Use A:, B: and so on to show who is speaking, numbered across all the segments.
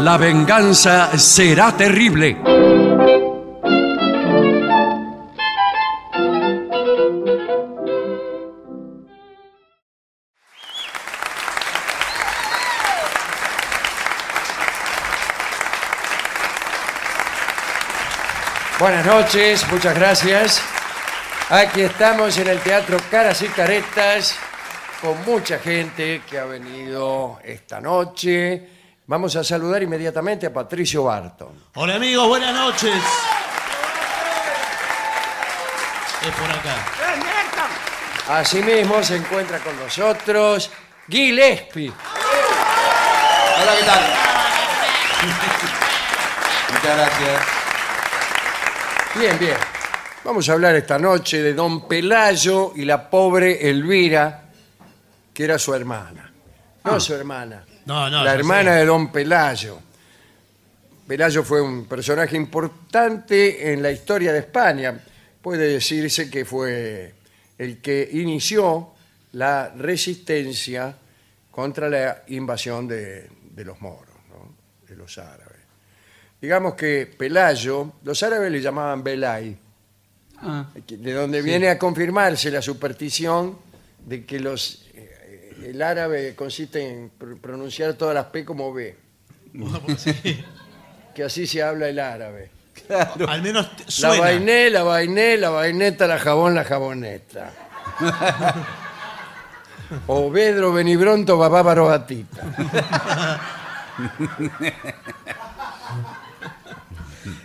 A: La venganza será terrible.
B: Buenas noches, muchas gracias. Aquí estamos en el Teatro Caras y Caretas con mucha gente que ha venido esta noche. Vamos a saludar inmediatamente a Patricio Barton.
C: Hola amigos, buenas noches. Es por acá.
B: Asimismo se encuentra con nosotros Gillespie.
D: Hola, ¿qué tal? Muchas gracias.
B: Bien, bien. Vamos a hablar esta noche de don Pelayo y la pobre Elvira, que era su hermana. No su hermana.
C: No, no,
B: La
C: yo
B: hermana
C: sé.
B: de don Pelayo. Pelayo fue un personaje importante en la historia de España. Puede decirse que fue el que inició la resistencia contra la invasión de, de los moros, ¿no? de los árabes. Digamos que Pelayo, los árabes le llamaban Belay, de donde viene a confirmarse la superstición de que los eh, el árabe consiste en pr- pronunciar todas las P como B,
C: Ah, Sí.
B: que así se habla el árabe.
C: Al menos t-
B: La
C: suena.
B: vainé, la vainé, la vaineta, la jabón, la jaboneta. o Vedro, Benibronto, Babábaro, Batita.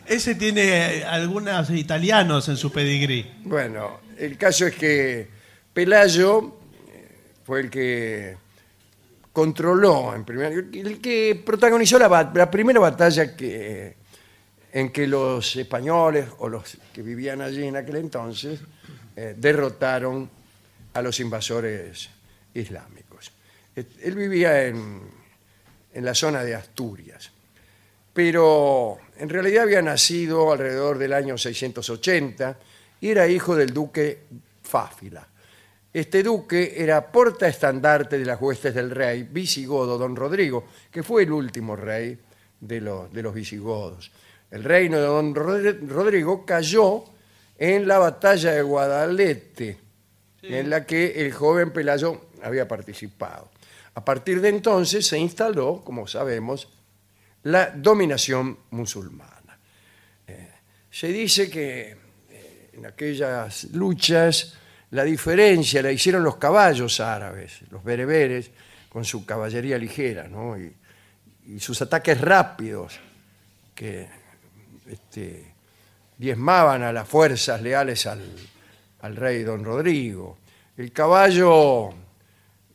C: Ese tiene eh, algunos italianos en su pedigrí.
B: Bueno, el caso es que Pelayo eh, fue el que controló, en primer, el que protagonizó la, bat- la primera batalla que, en que los españoles o los que vivían allí en aquel entonces eh, derrotaron a los invasores islámicos. Et- Él vivía en, en la zona de Asturias, pero en realidad había nacido alrededor del año 680 y era hijo del duque Fáfila. Este duque era porta estandarte de las huestes del rey visigodo don Rodrigo, que fue el último rey de, los- de los visigodos. El reino de don Rodri- Rodrigo cayó en la batalla de Guadalete, en la que el joven Pelayo había participado. A partir de entonces se instaló, como sabemos, la dominación musulmana. Eh, se dice que eh, en aquellas luchas la diferencia la hicieron los caballos árabes, los bereberes, con su caballería ligera ¿no? y, y sus ataques rápidos que este, diezmaban a las fuerzas leales al, al rey don Rodrigo. El caballo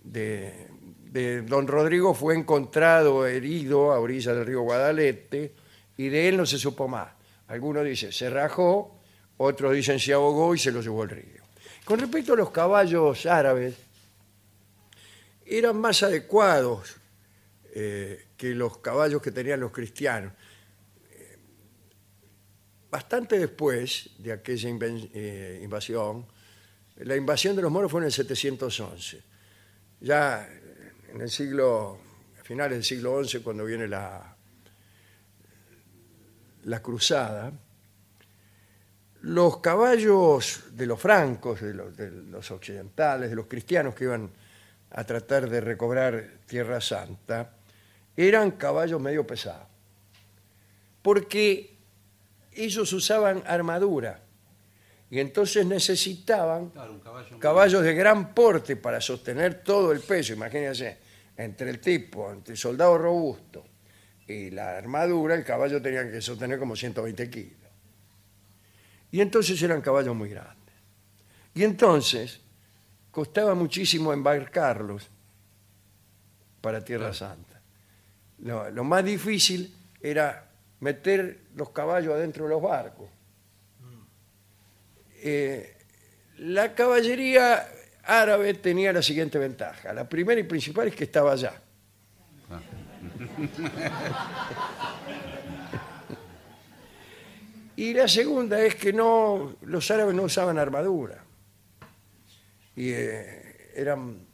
B: de, de don Rodrigo fue encontrado herido a orilla del río Guadalete y de él no se supo más. Algunos dicen se rajó, otros dicen se ahogó y se lo llevó el río. Con respecto a los caballos árabes, eran más adecuados eh, que los caballos que tenían los cristianos. Eh, Bastante después de aquella inven- eh, invasión, la invasión de los moros fue en el 711 ya en el siglo, a finales del siglo XI, cuando viene la, la cruzada, los caballos de los francos, de los, de los occidentales, de los cristianos que iban a tratar de recobrar Tierra Santa, eran caballos medio pesados, porque ellos usaban armadura y entonces necesitaban caballos de gran porte para sostener todo el peso. Imagínense, entre el tipo, entre el soldado robusto y la armadura, el caballo tenía que sostener como 120 kilos. Y entonces eran caballos muy grandes. Y entonces costaba muchísimo embarcarlos para Tierra Santa. Lo, lo más difícil era meter los caballos adentro de los barcos. Eh, la caballería árabe tenía la siguiente ventaja. La primera y principal es que estaba allá. y la segunda es que no, los árabes no usaban armadura. Y eh, eran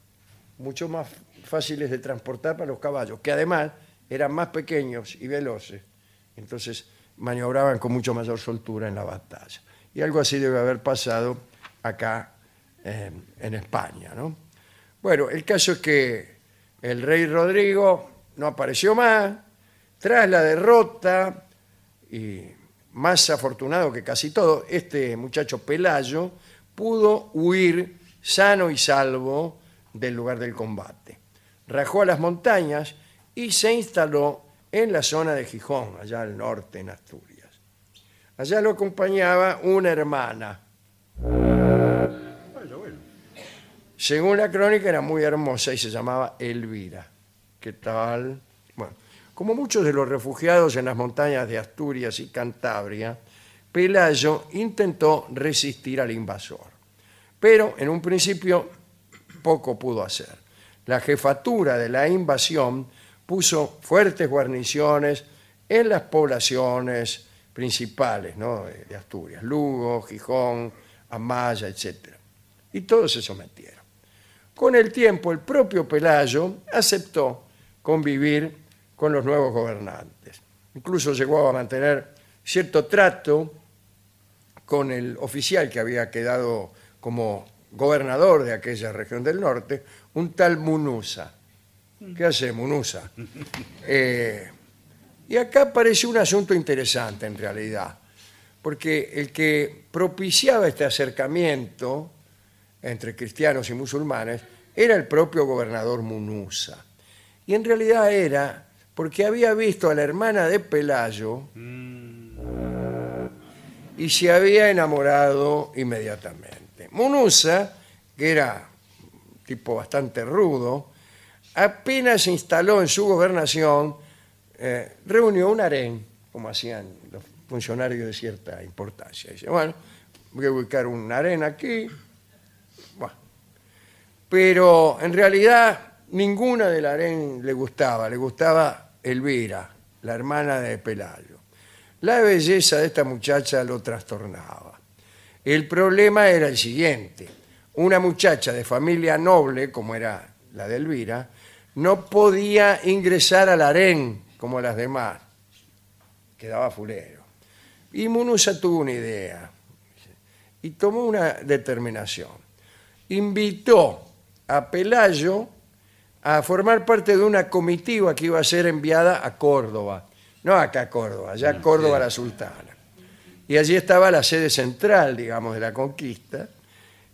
B: mucho más fáciles de transportar para los caballos, que además eran más pequeños y veloces, entonces maniobraban con mucho mayor soltura en la batalla. Y algo así debe haber pasado acá eh, en España, ¿no? Bueno, el caso es que el rey Rodrigo no apareció más, tras la derrota, y más afortunado que casi todo, este muchacho Pelayo pudo huir sano y salvo del lugar del combate. Rajó a las montañas y se instaló en la zona de Gijón, allá al norte, en Asturias. Allá lo acompañaba una hermana. Según la crónica era muy hermosa y se llamaba Elvira. ¿Qué tal? Bueno, como muchos de los refugiados en las montañas de Asturias y Cantabria, Pelayo intentó resistir al invasor. Pero en un principio poco pudo hacer. La jefatura de la invasión puso fuertes guarniciones en las poblaciones principales ¿no? de de Asturias, Lugo, Gijón, Amaya, etcétera y todos se sometieron. Con el tiempo, el propio Pelayo aceptó convivir con los nuevos gobernantes. Incluso llegó a mantener cierto trato con el oficial que había quedado como gobernador de aquella región del norte, un tal Munuza. ¿Qué hace Munuza? Eh, y acá aparece un asunto interesante en realidad, porque el que propiciaba este acercamiento entre cristianos y musulmanes era el propio gobernador Munuza. Y en realidad era porque había visto a la hermana de Pelayo y se había enamorado inmediatamente. Munuza, que era un tipo bastante rudo, apenas se instaló en su gobernación, eh, reunió un harén, como hacían los funcionarios de cierta importancia. Dice, bueno, voy a ubicar un harén aquí, bueno. Pero en realidad ninguna del harén le gustaba, le gustaba Elvira, la hermana de Pelayo. La belleza de esta muchacha lo trastornaba. El problema era el siguiente. Una muchacha de familia noble, como era la de Elvira, no podía ingresar al harén como las demás. Quedaba fulero. Y Munuza tuvo una idea y tomó una determinación invitó a Pelayo a formar parte de una comitiva que iba a ser enviada a Córdoba. No acá a Córdoba, allá a Córdoba la Sultana. Y allí estaba la sede central, digamos, de la conquista.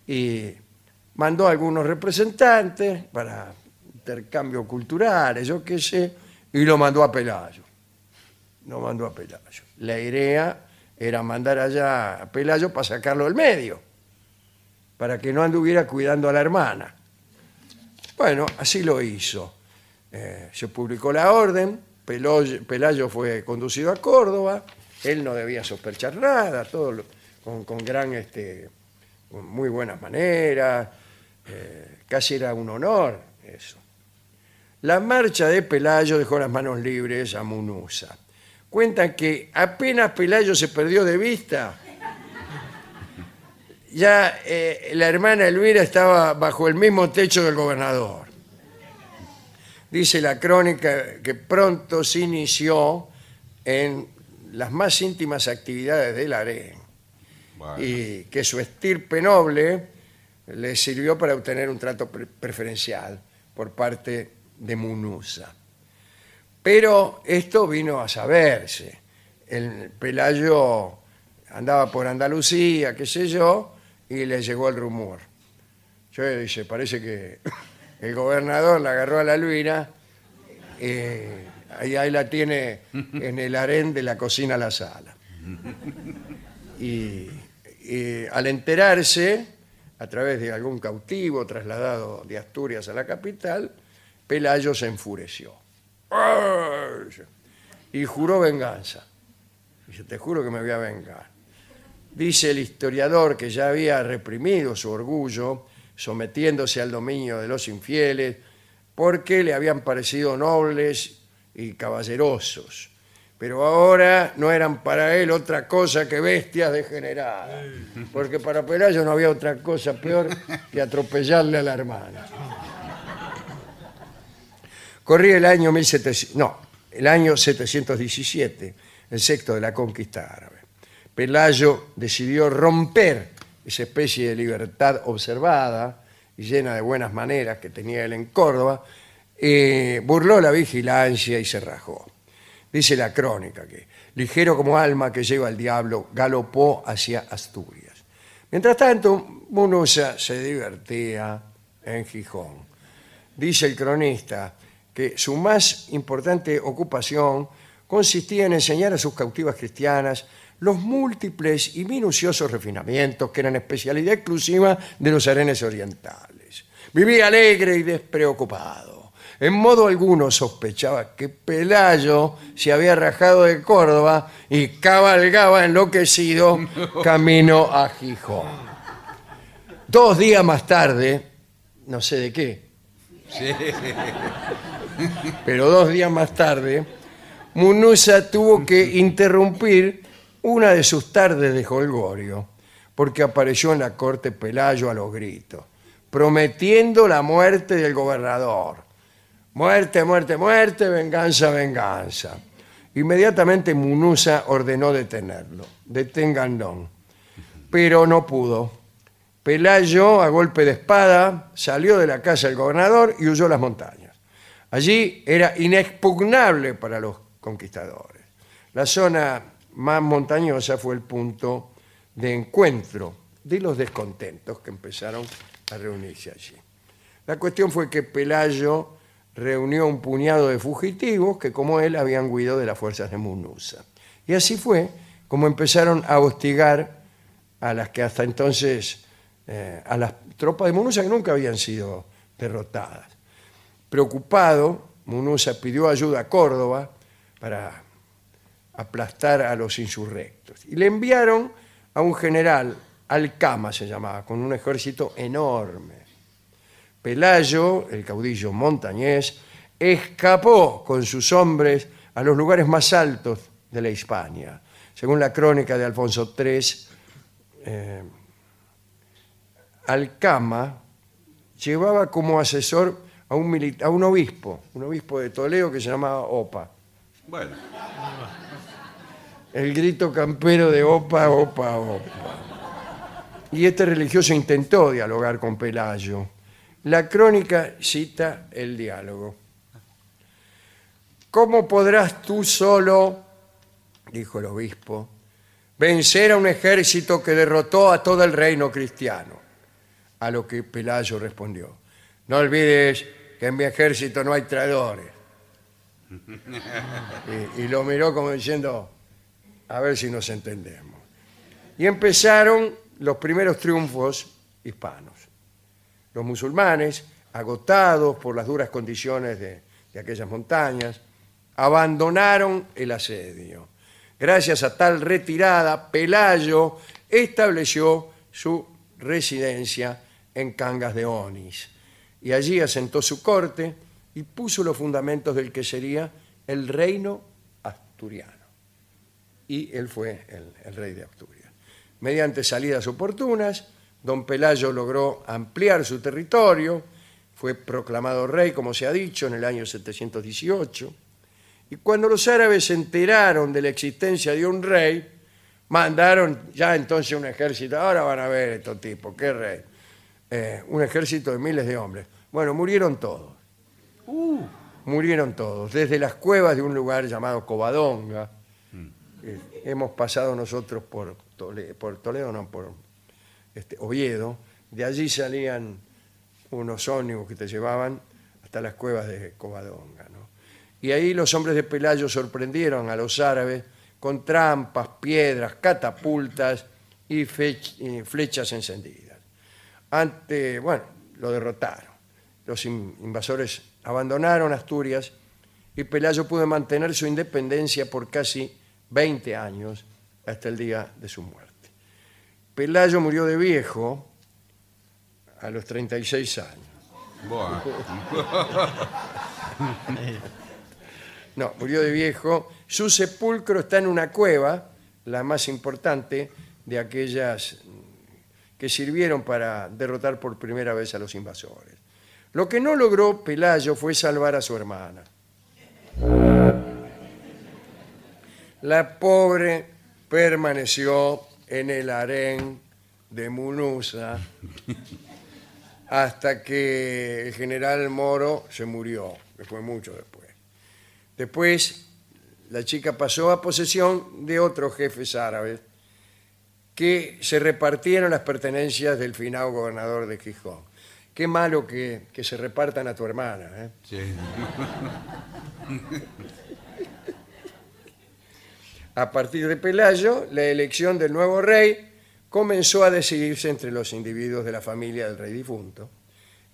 B: Y mandó a algunos representantes para intercambio culturales, yo qué sé, y lo mandó a Pelayo. Lo mandó a Pelayo. La idea era mandar allá a Pelayo para sacarlo del medio para que no anduviera cuidando a la hermana. Bueno, así lo hizo. Eh, se publicó la orden, Pelo- Pelayo fue conducido a Córdoba, él no debía sospechar nada, todo lo- con, con gran, este, con muy buenas maneras, eh, casi era un honor eso. La marcha de Pelayo dejó las manos libres a Munuza. Cuentan que apenas Pelayo se perdió de vista, ya eh, la hermana Elvira estaba bajo el mismo techo del gobernador. Dice la crónica que pronto se inició en las más íntimas actividades del harén
D: Bueno.
B: y que su estirpe noble le sirvió para obtener un trato pre- preferencial por parte de Munuza. Pero esto vino a saberse. El Pelayo andaba por Andalucía, qué sé yo, y le llegó el rumor. Yo dice, parece que el gobernador la agarró a la Luina, eh, ahí, ahí la tiene en el harén de la cocina a la sala y, y al enterarse, a través de algún cautivo trasladado de Asturias a la capital, Pelayo se enfureció. ¡Ay! Y juró venganza. Dice, te juro que me voy a vengar. Dice el historiador que ya había reprimido su orgullo, sometiéndose al dominio de los infieles, porque le habían parecido nobles y caballerosos. Pero ahora no eran para él otra cosa que bestias degeneradas, porque para Pelayo no había otra cosa peor que atropellarle a la hermana. Corría el año 1700, no, el año 717, el sexto de la conquista árabe. Pelayo decidió romper esa especie de libertad observada y llena de buenas maneras que tenía él en Córdoba, eh, burló la vigilancia y se rajó. Dice la crónica que, ligero como alma que lleva el diablo, galopó hacia Asturias. Mientras tanto, Munuza se divertía en Gijón. Dice el cronista que su más importante ocupación consistía en enseñar a sus cautivas cristianas los múltiples y minuciosos refinamientos que eran especialidad exclusiva de los arenes orientales. Vivía alegre y despreocupado. En modo alguno sospechaba que Pelayo se había rajado de Córdoba y cabalgaba enloquecido camino a Gijón. Dos días más tarde, no sé de qué, pero dos días más tarde, Munuza tuvo que interrumpir una de sus tardes de jolgorio, porque apareció en la corte Pelayo a los gritos, prometiendo la muerte del gobernador. Muerte, muerte, muerte, venganza, venganza. Inmediatamente Munuza ordenó detenerlo. Deténganlo. Pero no pudo. Pelayo, a golpe de espada, salió de la casa del gobernador y huyó a las montañas. Allí era inexpugnable para los conquistadores. La zona más montañosa fue el punto de encuentro de los descontentos que empezaron a reunirse allí. La cuestión fue que Pelayo reunió un puñado de fugitivos que como él habían huido de las fuerzas de Munuza. Y así fue como empezaron a hostigar a las que hasta entonces, eh, a las tropas de Munuza que nunca habían sido derrotadas. Preocupado, Munuza pidió ayuda a Córdoba para aplastar a los insurrectos. Y le enviaron a un general, Alcama se llamaba, con un ejército enorme. Pelayo, el caudillo montañés, escapó con sus hombres a los lugares más altos de la Hispania. Según la crónica de Alfonso III, eh, Alcama llevaba como asesor a un, mili- a un obispo, un obispo de Toledo que se llamaba Opa.
D: Bueno,
B: El grito campero de opa, opa, opa. Y este religioso intentó dialogar con Pelayo. La crónica cita el diálogo. ¿Cómo podrás tú solo, dijo el obispo, vencer a un ejército que derrotó a todo el reino cristiano? A lo que Pelayo respondió, no olvides que en mi ejército no hay traidores. Y- y lo miró como diciendo, a ver si nos entendemos. Y empezaron los primeros triunfos hispanos. Los musulmanes, agotados por las duras condiciones de, de aquellas montañas, abandonaron el asedio. Gracias a tal retirada, Pelayo estableció su residencia en Cangas de Onis. Y allí asentó su corte y puso los fundamentos del que sería el reino asturiano y él fue el, el rey de Asturias. Mediante salidas oportunas, don Pelayo logró ampliar su territorio, fue proclamado rey, como se ha dicho, en el año 718, y cuando los árabes se enteraron de la existencia de un rey, mandaron ya entonces un ejército, ahora van a ver estos tipos, qué rey, Eh, un ejército de miles de hombres. Bueno, murieron todos. Murieron todos, desde las cuevas de un lugar llamado Covadonga, eh, hemos pasado nosotros por, Tole- por Toledo, no, por este, Oviedo, de allí salían unos ómnibus que te llevaban hasta las cuevas de Covadonga. ¿no? Y ahí los hombres de Pelayo sorprendieron a los árabes con trampas, piedras, catapultas y fech- y flechas encendidas. Ante, bueno, lo derrotaron. Los in- invasores abandonaron Asturias y Pelayo pudo mantener su independencia por casi 20 años hasta el día de su muerte. Pelayo murió de viejo a los 36 años.
D: bueno.
B: No, murió de viejo. Su sepulcro está en una cueva, la más importante de aquellas mm, que sirvieron para derrotar por primera vez a los invasores. Lo que no logró Pelayo fue salvar a su hermana. la pobre permaneció en el harén de Munuza hasta que el general Moro se murió, que fue mucho después. Después, la chica pasó a posesión de otros jefes árabes que se repartieron las pertenencias del finado gobernador de Gijón. Qué malo que, que se repartan a tu hermana. ¿eh?
D: Sí.
B: A partir de Pelayo, la elección del nuevo rey comenzó a decidirse entre los individuos de la familia del rey difunto.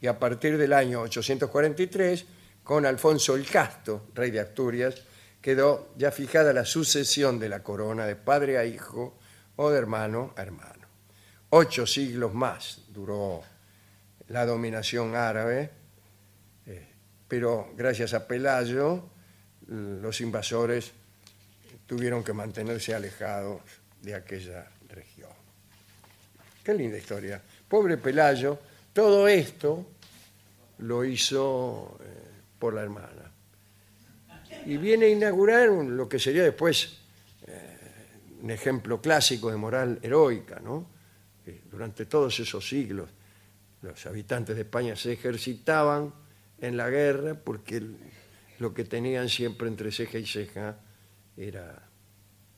B: Y a partir del año 843, con Alfonso el Casto, rey de Asturias, quedó ya fijada la sucesión de la corona de padre a hijo o de hermano a hermano. Ocho siglos más duró la dominación árabe, eh, pero gracias a Pelayo, los invasores tuvieron que mantenerse alejados de aquella región. Qué linda historia. Pobre Pelayo, todo esto lo hizo eh, por la hermana. Y viene a inaugurar un- lo que sería después eh, un ejemplo clásico de moral heroica, ¿no? Eh, Durante todos esos siglos, los habitantes de España se ejercitaban en la guerra porque el- lo que tenían siempre entre ceja y ceja era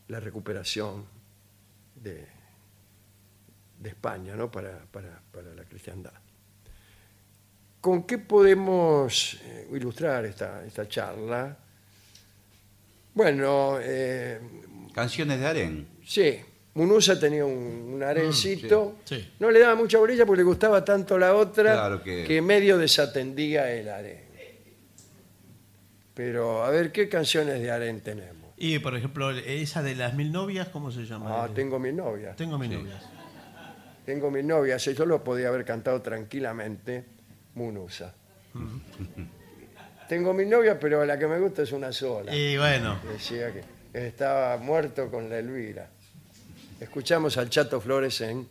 B: la recuperación de, de España ¿no? para, para- para la cristiandad. ¿Con qué podemos eh, ilustrar esta, esta charla? Bueno, eh,
D: Canciones de harén.
B: sí, Munuza tenía un, un arencito,
C: sí, sí.
B: no le daba mucha bolilla porque le gustaba tanto la otra
D: Claro que-
B: medio desatendía el aren. Pero a ver, ¿qué canciones de aren tenemos?
C: Y por ejemplo, esa de las mil novias, ¿cómo se llama?
B: Ah, tengo mi novia.
C: Tengo mil novias.
B: Tengo mi novia. Si yo lo podía haber cantado tranquilamente, Munusa. Tengo mi novia, pero la que me gusta es una sola.
E: Eh.
C: Y bueno,
B: Decía que estaba muerto con la Elvira. Escuchamos al Chato Flores en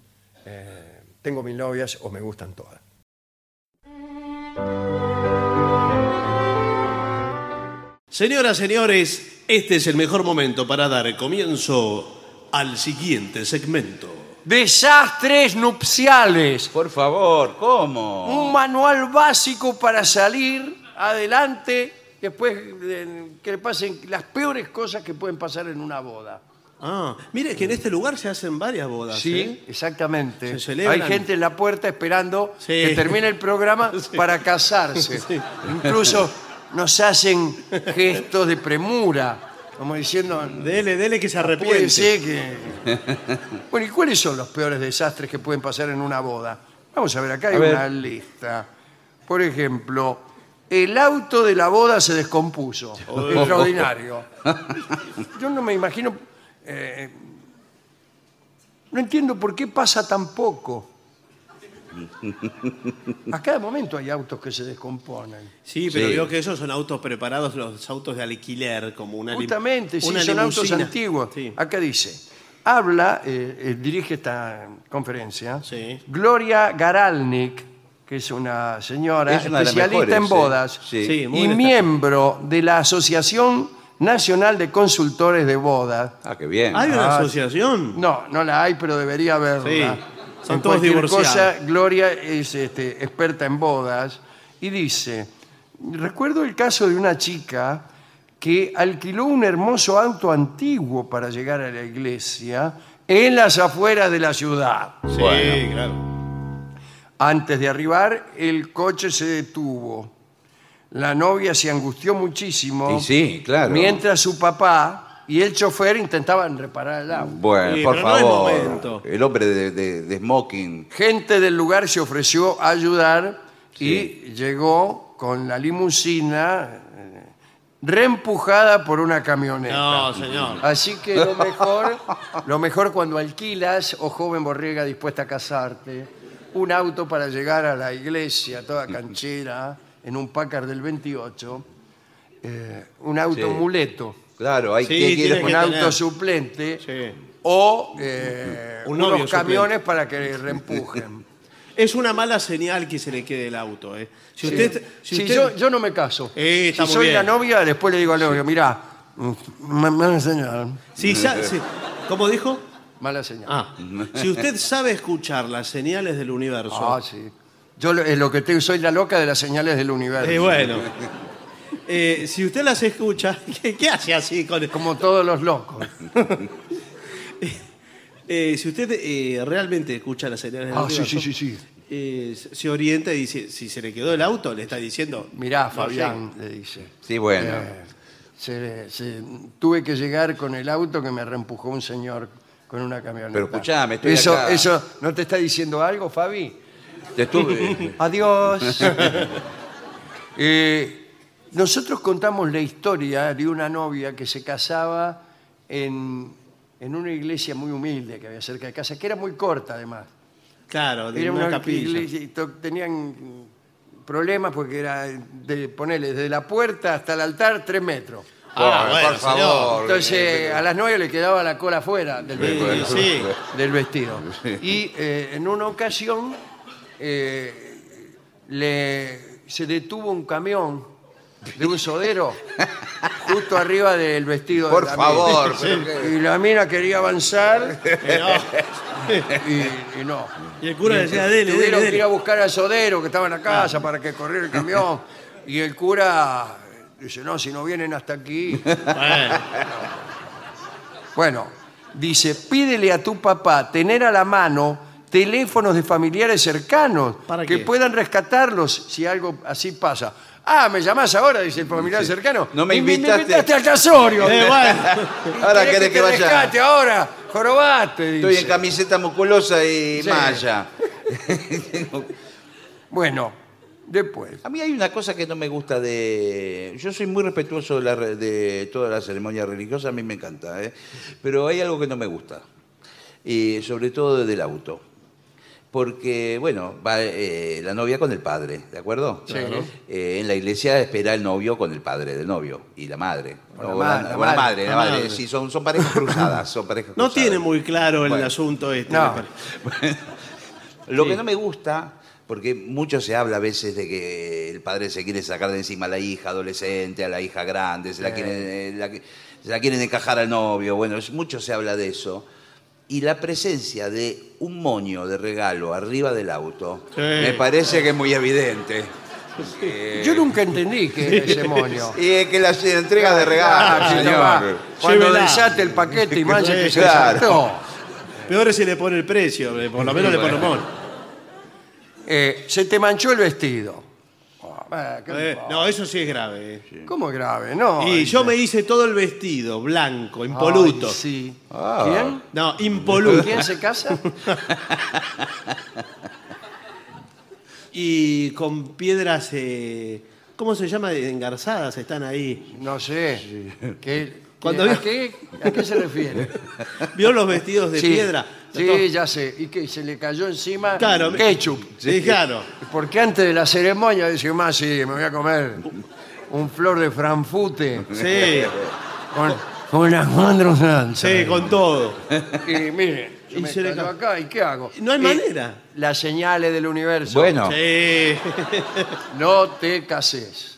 B: eh, Tengo mil novias o me gustan todas.
E: Señoras, señores, este es el mejor momento para dar comienzo al siguiente segmento.
B: Desastres nupciales.
D: Por favor, ¿cómo?
B: un manual básico para salir adelante después de que le pasen las peores cosas que pueden pasar en una boda.
E: Ah, mire que en este lugar se hacen varias bodas. ¿eh?
B: exactamente.
E: Se celebran.
B: Hay gente en la puerta esperando
E: Sí.
B: que termine el programa para casarse. Incluso nos hacen gestos de premura, como diciendo,
E: Dele, dele que se arrepiente.
B: Ah, puede ser que... Bueno, ¿y cuáles son los peores desastres que pueden pasar en una boda? Vamos a ver, acá hay
D: A ver.
B: una lista. Por ejemplo, el auto de la boda se descompuso. Extraordinario. Yo no me imagino... eh, no entiendo por qué pasa tan poco. A cada momento hay autos que se descomponen.
E: Sí, pero
D: Sí.
E: veo que esos son autos preparados, los autos de alquiler, como una lim-
B: Justamente, sí,
E: una
B: son autos
E: limusina.
B: antiguos.
E: Sí.
B: Acá dice, habla, eh, eh, dirige esta conferencia,
E: Sí.
B: Gloria Garalnik, que es una señora
D: Es una de las
B: especialista
D: mejores,
B: en
D: sí.
B: bodas
D: Sí.
E: Sí, muy
B: y
E: destacada.
B: miembro de la Asociación Nacional de Consultores de Bodas.
D: Ah, qué bien.
E: ¿Hay una
B: Ah,
E: asociación?
B: No, no la hay, pero debería haberla.
E: Sí, son
B: En
E: todos
B: cualquier
E: divorciados.
B: cosa, Gloria es este, experta en bodas y dice, recuerdo el caso de una chica que alquiló un hermoso auto antiguo para llegar a la iglesia en las afueras de la ciudad.
E: Sí, claro.
B: Antes de arribar, el coche se detuvo. La novia se angustió muchísimo.
D: Y sí, claro.
B: Mientras su papá y el chofer intentaban reparar el auto.
D: Bueno,
E: Sí,
D: por
E: pero no es
D: favor.
E: momento.
D: el hombre de, de- de smoking.
B: Gente del lugar se ofreció a ayudar y
D: Sí.
B: llegó con la limusina eh, reempujada por una camioneta.
E: No, señor.
B: Así que lo mejor, lo mejor cuando alquilas, o joven borrega dispuesta a casarte, un auto para llegar a la iglesia, toda canchera, en un Packard del 28, eh, un auto
D: Sí.
B: muleto,
D: Claro, hay
E: Sí,
D: que
E: tiene
D: quiere
E: que
B: un
D: poner-
B: auto
E: tener.
B: suplente,
E: Sí.
B: o eh,
E: Un novio
B: unos
E: suplente.
B: camiones para que reempujen.
E: Es una mala señal que se le quede el auto. ¿eh? Si usted.
B: Sí.
E: Si
B: Sí,
E: usted-
B: yo, yo no me caso.
E: Eh, está
B: si
E: muy
B: soy
E: bien.
B: la novia, después le digo al novio, mirá, mm, Ma- Mala señal.
E: Si sa- si- ¿Cómo dijo?
B: Mala señal.
E: Ah, si usted sabe escuchar las señales del universo.
B: Ah, sí. Yo lo- eh, lo que te, soy la loca de las señales del universo.
E: Eh, bueno. Eh, si usted las escucha, ¿qué, qué hace así con
B: Como todos los locos.
E: Eh, si usted eh, realmente escucha las señales del
B: Ah, sí,
E: universo,
B: sí, sí, sí.
E: eh, se orienta y dice, si se le quedó el auto, le está diciendo...
B: Mirá,
E: no,
B: Fabián, le dice.
D: Sí, bueno.
B: Eh, se- se- tuve que llegar con el auto que me reempujó un señor con una camioneta.
D: Pero escuchame, estoy
B: eso,
D: acá.
B: eso, ¿no te está diciendo algo, Fabi?
D: Te estuve-
B: Adiós. Eh, nosotros contamos la historia de una novia que se casaba en, en una iglesia muy humilde que había cerca de casa, que era muy corta además.
E: Claro, de
B: Era
E: una,
B: una
E: capilla.
B: iglesia y to- tenían problemas porque era de ponerle desde la puerta hasta el altar tres metros.
E: Ah, bueno,
D: por
E: señor.
D: favor.
B: Entonces a las nueve le quedaba la cola fuera del vestido.
E: Eh, sí.
B: del vestido. Y eh, en una ocasión eh, le, se detuvo un camión de un sodero justo arriba del vestido. de
D: Por
B: la
D: favor.
B: mina.
D: pero que-
B: Y la mina quería avanzar
E: Eh, no.
B: y, y no.
E: Y el cura le decía, dele, dele,
B: Tuvieron que ir
E: dele. Ah.
B: a buscar al sodero que estaba en la casa para que corriera el camión. Y el cura dice, no, si no vienen hasta aquí.
E: Bueno,
B: Bueno, dice, pídele a tu papá tener a la mano teléfonos de familiares cercanos
E: ¿Para
B: que
E: qué?
B: puedan rescatarlos si algo así pasa. Ah, me llamás ahora, dice el familiar cercano.
D: No me
B: Y
D: invitaste.
B: a Casorio.
E: Eh, bueno.
D: Ahora querés
B: te
D: que vaya.
B: rescate ahora, jorobaste.
D: Estoy
B: dice.
D: en camiseta musculosa y
B: Sí.
D: malla.
B: Bueno, después.
D: A mí hay una cosa que no me gusta de... Yo soy muy respetuoso de, la re- de toda la ceremonia religiosa, a mí me encanta, ¿eh? pero hay algo que no me gusta, y sobre todo del auto. Porque, bueno, va eh, la novia con el padre, ¿de acuerdo?
B: Sí. Claro.
D: Eh, en la iglesia espera el novio con el padre del novio y la madre.
B: Con la
D: O
B: ma- la
D: o la
B: madre.
D: madre, la
E: La
D: madre.
E: madre.
D: Sí, son, son parejas cruzadas. Son parejas
E: no
D: cruzadas.
E: tiene muy claro el
D: Bueno.
E: asunto este.
B: No.
E: me parece.
D: Lo que
E: Sí.
D: no me gusta, porque mucho se habla a veces de que el padre se quiere sacar de encima a la hija adolescente, a la hija grande, se la, quieren, eh, la que- se la quieren encajar al novio, bueno, es- mucho se habla de eso. Y la presencia de un moño de regalo arriba del auto
E: Sí.
D: me parece que es muy evidente. Eh,
B: Yo nunca entendí que era ese moño.
D: y es que las entregas de
B: Ah,
D: regalo,
B: nomás,
D: señor.
B: Cuando
E: Llévela.
B: desate el paquete y mancha que se
D: Claro.
B: desató.
E: Peor es si le pone el precio, eh, por lo menos le pone un mono.
B: Eh, se te manchó el vestido. Oh, eh, qué
E: Eh, no, eso sí es grave. eh.
B: ¿Cómo grave? No.
E: Y yo me hice todo el vestido, blanco, impoluto.
B: Ay, sí.
D: Ah.
B: ¿Quién?
E: No, impoluto.
B: ¿Quién se casa?
E: Y con piedras, eh, ¿cómo se llama? Engarzadas, están ahí.
B: No sé. ¿Qué,
E: Cuando
B: ¿a,
E: vi-
B: qué, ¿A qué se refiere?
E: ¿Vio los vestidos de
B: Sí,
E: piedra?
B: Sí, ya sé. Y que se le cayó encima
E: Claro, me-
B: ketchup.
E: Sí, claro.
B: Porque antes de la ceremonia dice, más sí, me voy a comer un flor de franfute
E: Sí,
B: con, con las mandros
E: sí, con todo.
B: Y mire, yo
E: Y
B: me
E: se le
B: cayó
E: ca-
B: acá, ¿y qué hago?
E: No hay
B: Y
E: manera.
B: Las señales del universo.
D: Bueno,
E: Sí.
B: No te cases.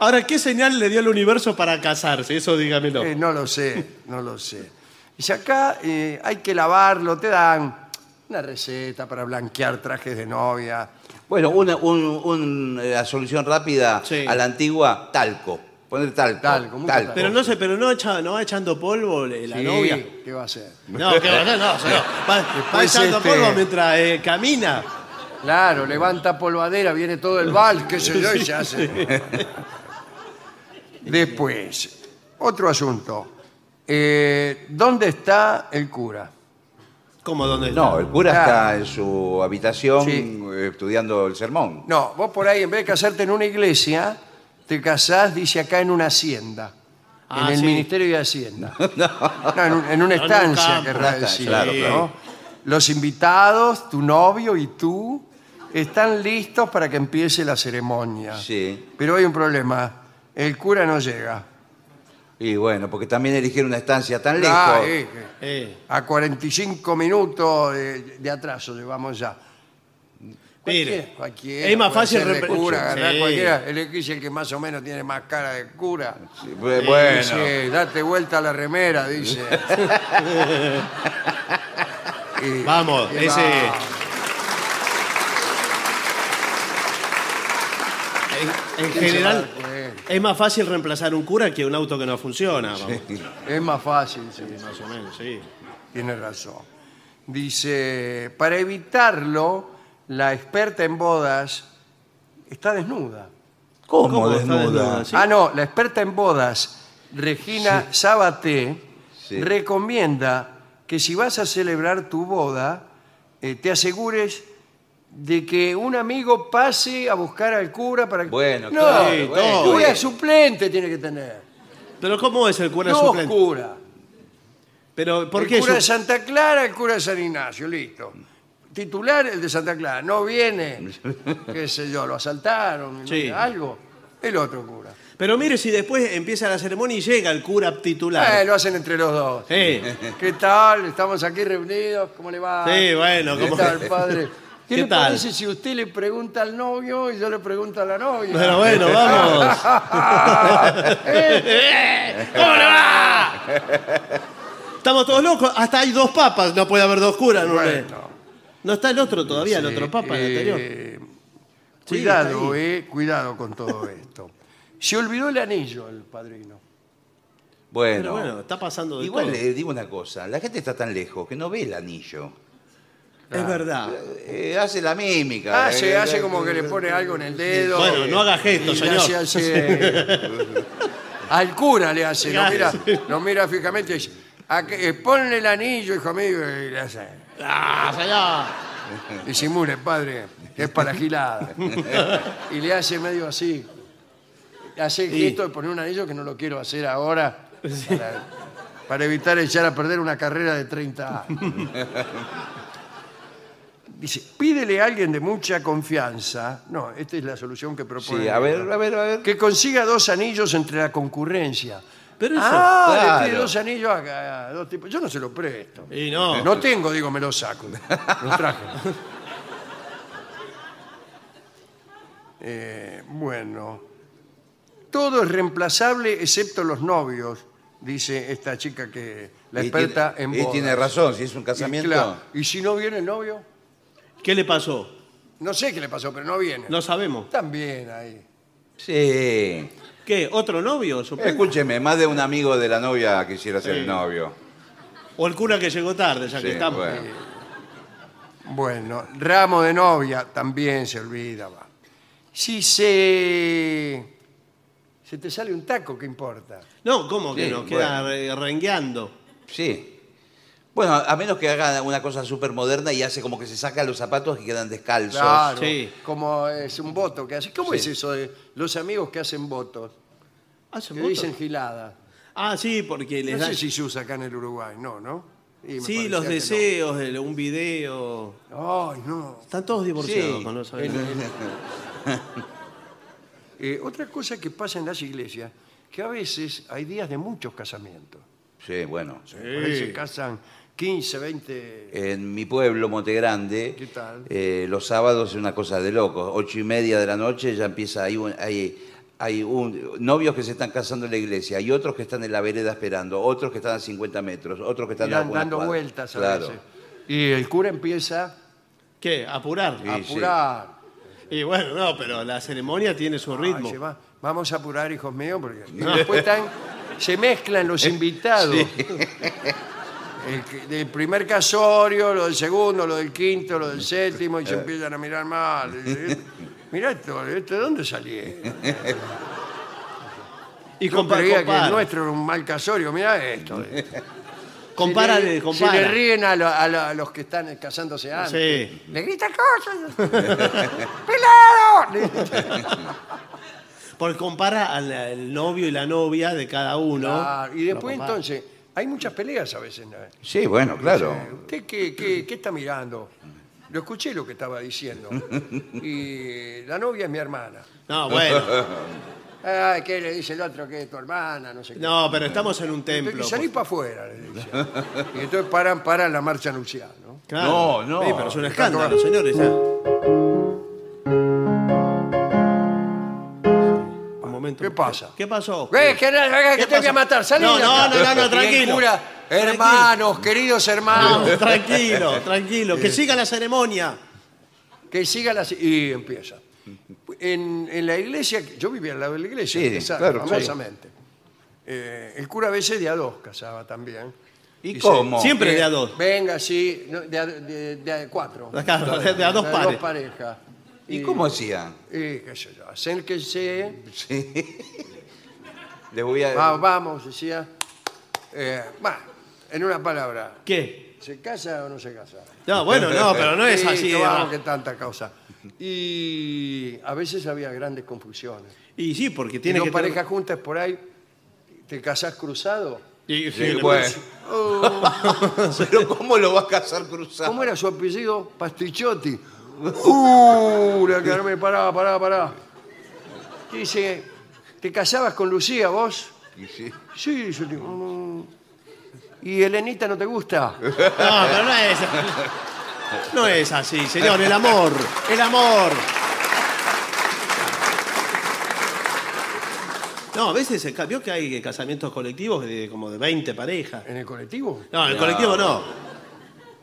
E: Ahora, ¿qué señal le dio el universo para casarse? Eso dígamelo.
B: Eh, no lo sé, no lo sé. Dice, acá eh, hay que lavarlo, te dan una receta para blanquear trajes de novia.
D: bueno una, un- un- eh, la solución rápida
E: Sí.
D: a la antigua, talco. Poner talco.
B: Talco, mucho talco.
E: Pero no sé, pero no, echa- no va echando polvo eh, la
B: Sí,
E: novia.
B: ¿Qué va a hacer?
E: No, que va, no, no, no. Va, va
B: Después,
E: echando
B: este-
E: polvo mientras eh, camina.
B: Claro, levanta polvadera, viene todo el bal, qué sé yo, y se hace. Después, otro asunto. Eh, ¿Dónde está el cura?
E: ¿Cómo dónde está?
D: No, el cura
B: Claro.
D: está en su habitación
B: Sí.
D: eh, estudiando el sermón.
B: No, vos por ahí, en vez de casarte en una iglesia, te casás, dice acá, en una hacienda.
E: Ah,
B: en el
E: sí.
B: Ministerio de Hacienda. No, en, un- en una estancia,
E: campo,
B: querrá
D: una
B: decir.
D: estancia,
E: claro,
B: ¿no? Los invitados, tu novio y tú, están listos para que empiece la ceremonia.
D: Sí.
B: Pero hay un problema. El cura no llega.
D: Y bueno, porque también eligieron una estancia tan lejos.
B: Ah, eh, eh.
E: Eh,
B: A 45 minutos de, de atraso llevamos ya.
E: Mire,
B: Cualquiera
E: es más
B: puede
E: fácil
B: ser de
E: repetir.
B: cura, agarrar
E: Sí.
B: cualquiera. El X es el que más o menos tiene más cara de cura.
D: Sí, bu- bueno.
B: Dice, date vuelta a la remera, dice. Y-
E: Vamos,
B: y
E: ese.
B: va.
E: En, en general,
B: Eh.
E: es más fácil reemplazar un cura que un auto que no funciona. vamos.
B: Es más fácil, sí, sí.
E: Más o menos, sí.
B: Tiene razón. Dice, para evitarlo, la experta en bodas está desnuda.
D: ¿Cómo,
E: está desnuda? Sí.
B: Ah, no, la experta en bodas, Regina Sabaté,
D: Sí.
B: recomienda que si vas a celebrar tu boda, eh, te asegures de que un amigo pase a buscar al cura para que...
D: Bueno,
B: no,
D: claro,
B: el
D: bueno.
B: cura suplente tiene que tener.
E: Pero ¿cómo es el cura
B: Dos
E: suplente?
B: curas.
E: Pero ¿por
B: el
E: qué
B: cura de
E: su-
B: Santa Clara, el cura de San Ignacio, listo. Titular el de Santa Clara, no viene, qué sé yo, lo asaltaron,
E: Sí.
B: algo. El otro cura.
E: Pero mire si después empieza la ceremonia y llega el cura
B: Eh,
E: titular.
B: lo hacen entre los dos.
E: Sí.
B: ¿Qué tal? Estamos aquí reunidos, ¿cómo le va?
E: Sí, bueno,
B: ¿Qué
E: ¿cómo-
B: tal, padre? ¿Qué,
E: ¿Qué
B: le
E: tal?
B: parece si usted le pregunta al novio y yo le pregunto a la novia?
E: Pero bueno,
B: Ah.
E: vamos.
B: Eh,
E: ¿Cómo le va? Estamos todos locos. Hasta hay dos papas. No puede haber dos curas. No,
B: bueno,
E: no está el otro todavía, el otro papa, el
B: eh,
E: anterior. Sí,
B: Cuidado,
E: está ahí.
B: eh, cuidado con todo esto. Se olvidó el anillo el padrino.
D: Bueno,
E: Pero bueno, está pasando de
D: igual
E: todo.
D: le digo una cosa, la gente está tan lejos que no ve el anillo.
E: Es verdad.
D: Eh, hace la mímica.
B: Ah,
D: eh,
B: se hace
D: eh,
B: como que le pone algo en el dedo.
E: Bueno, no haga gestos,
B: Y le hace
E: señor.
B: así, eh, al cura le hace, lo mira,
E: Claro.
B: lo mira fijamente y dice, "A que- eh, ponle el anillo, hijo mío, y le hace,
E: Ah, señor.
B: disimule, padre, que es para la gilada. y le hace medio así. Hace el
E: Sí.
B: gesto de poner un anillo que no lo quiero hacer ahora para, para evitar echar a perder una carrera de 30 años. Dice, pídele a alguien de mucha confianza. No, esta es la solución que propone.
D: Sí, a ver, a ver, a ver.
B: Que consiga dos anillos entre la concurrencia.
E: Pero eso,
B: ah, le
D: claro.
B: pide dos anillos a, a dos tipos. Yo no se lo presto.
E: Y no.
B: Eh, No tengo, digo, me los saco. Los traje. Eh, bueno. Todo es reemplazable excepto los novios, dice esta chica que la
D: Y
B: experta
D: tiene-
B: en
D: Y
B: bodas.
D: tiene razón, si es un
B: Y
D: casamiento.
B: claro, ¿Y si no viene el novio?
E: ¿Qué le pasó?
B: No sé qué le pasó, pero no viene.
E: No sabemos.
B: También ahí.
D: Sí.
E: ¿Qué? ¿Otro novio? supongo?
B: Eh.
D: Escúcheme, más de un amigo de la novia quisiera ser el novio.
E: O el cura que llegó tarde, ya que
D: Sí,
E: estamos.
B: eh,
D: bueno.
B: Bueno, ramo de novia también se olvida. va. Si se... Se te sale un taco, ¿qué importa?
E: No, ¿cómo que
D: Sí,
E: nos queda re- rengueando?
D: Sí. Bueno, a menos que haga una cosa súper moderna y hace como que se saca los zapatos y quedan descalzos.
B: Claro,
E: Sí.
B: como es un voto que hace. ¿Cómo es eso de los amigos que hacen votos?
E: ¿Hace
B: Que
E: voto?
B: dicen gilada.
E: Ah, sí, porque les
B: No
E: da.
B: sé si se usa acá en el Uruguay, no, ¿no? Y me
E: sí,
B: parecía
E: los
B: que no.
E: deseos, el- un video.
B: Ay, no.
E: Están todos divorciados
D: Sí.
E: con los amigos.
B: Eh, otra cosa que pasa en las iglesias, que a veces hay días de muchos casamientos.
D: Sí, bueno.
B: Por ahí se casan 15, 20...
D: En mi pueblo, Monte Grande,
B: ¿Qué tal?
D: eh, los sábados es una cosa de locos. Ocho y media de la noche ya empieza, hay, un- hay, hay un- novios que se están casando en la iglesia, hay otros que están en la vereda esperando, otros que están a 50 metros, otros que están a
B: dan-
D: algunas
B: dando
D: cuadras.
B: vueltas a
D: claro.
B: veces. Y el cura empieza
E: ¿Qué? ¿Apurar?
B: a
D: Sí, sí.
B: apurar.
E: Y bueno, no, pero la ceremonia tiene su
B: Ay,
E: ritmo.
B: se va- Vamos a apurar, hijos míos, porque después están- se mezclan los invitados. El que- del primer casorio, lo del segundo, lo del quinto, lo del séptimo, y se empiezan a mirar mal. Mirá esto, ¿esto ¿de dónde salieron?
E: y
B: Yo
E: compa-
B: creía que
E: compara.
B: el nuestro era un mal casorio, mirá esto.
E: Compárale,
B: Si le-
E: compara.
B: Si le ríen a, lo- a lo- a los que están casándose antes.
E: Sí.
B: Le gritan cosas. ¡Pelado!
E: Porque compara al, al novio y la novia de cada uno.
B: Ah, y después
E: Lo compara.
B: entonces, hay muchas peleas a veces. ¿no?
D: Sí, bueno,
B: Eh,
D: claro.
B: ¿Usted qué, qué- qué está mirando? Lo escuché lo que estaba diciendo. Y la novia es mi hermana.
E: No, bueno.
B: Ay, ¿qué le dice el otro que es tu hermana? No sé qué.
E: No, pero estamos en un
B: Entonces,
E: templo.
B: que salís para afuera, le dice. Y entonces paran, paran la marcha nupcial, ¿no?
E: Claro.
D: No, no.
E: ¿eh? Sí, pero es un escándalo, señores. ya. momento.
B: Ah, ¿Qué pasa?
E: ¿Qué pasó?
B: ¡Eh, que, que te
E: ¿Qué
B: voy
E: pasa?
B: a matar! ¡Salí!
E: No,
B: de
E: no,
B: acá!
E: no, no, no,
B: Y el
E: tranquilo.
B: cura,
E: Tranquilo.
B: hermanos, queridos hermanos,
E: Tranquilo, tranquilo. Que siga la ceremonia.
B: que siga la... Y empieza. En, en la iglesia, yo vivía al lado de la iglesia,
D: Sí,
B: usted sabe,
D: claro, claro.
B: famosamente. Eh, el cura a veces de a dos casaba también.
D: ¿Y
B: Dice,
D: cómo?
E: Siempre
B: Eh,
E: de a dos.
B: Venga, sí, no, de a, de- de a cuatro.
E: Claro, de a dos
B: De
E: pares.
B: parejas.
D: ¿Y cómo hacían?
B: Y qué sé yo, acérquense,
D: Sí. Les voy a...
B: va- vamos, decía. Eh, va, en una palabra,
E: ¿Qué?
B: ¿se casa o no se casa?
E: No, bueno, no, pero no es
B: Sí,
E: así.
B: que
E: de
B: vamos,
E: más.
B: que tanta causa. Y a veces había grandes confusiones.
E: Y sí, porque
B: Tiene
E: tiene que.
B: dos
E: tener-
B: parejas juntas por ahí, te casás cruzado.
E: Y-
D: Sí,
E: y-
D: bueno.
B: Oh,
D: Pero ¿cómo lo va a cazar cruzado?
B: ¿Cómo era su apellido? Pastichotti. Uh, la que no me paraba, paraba, paraba. Dice, ¿te casabas con Lucía vos?
D: Y sí.
B: Sí, yo digo. "Mm". ¿Y Elenita no te gusta?
E: No, pero no es. No es así, señor. El amor, el amor. No, a veces se ca- vio que hay casamientos colectivos de como de 20 parejas.
B: ¿En el colectivo?
E: No, el
D: No.
E: colectivo no.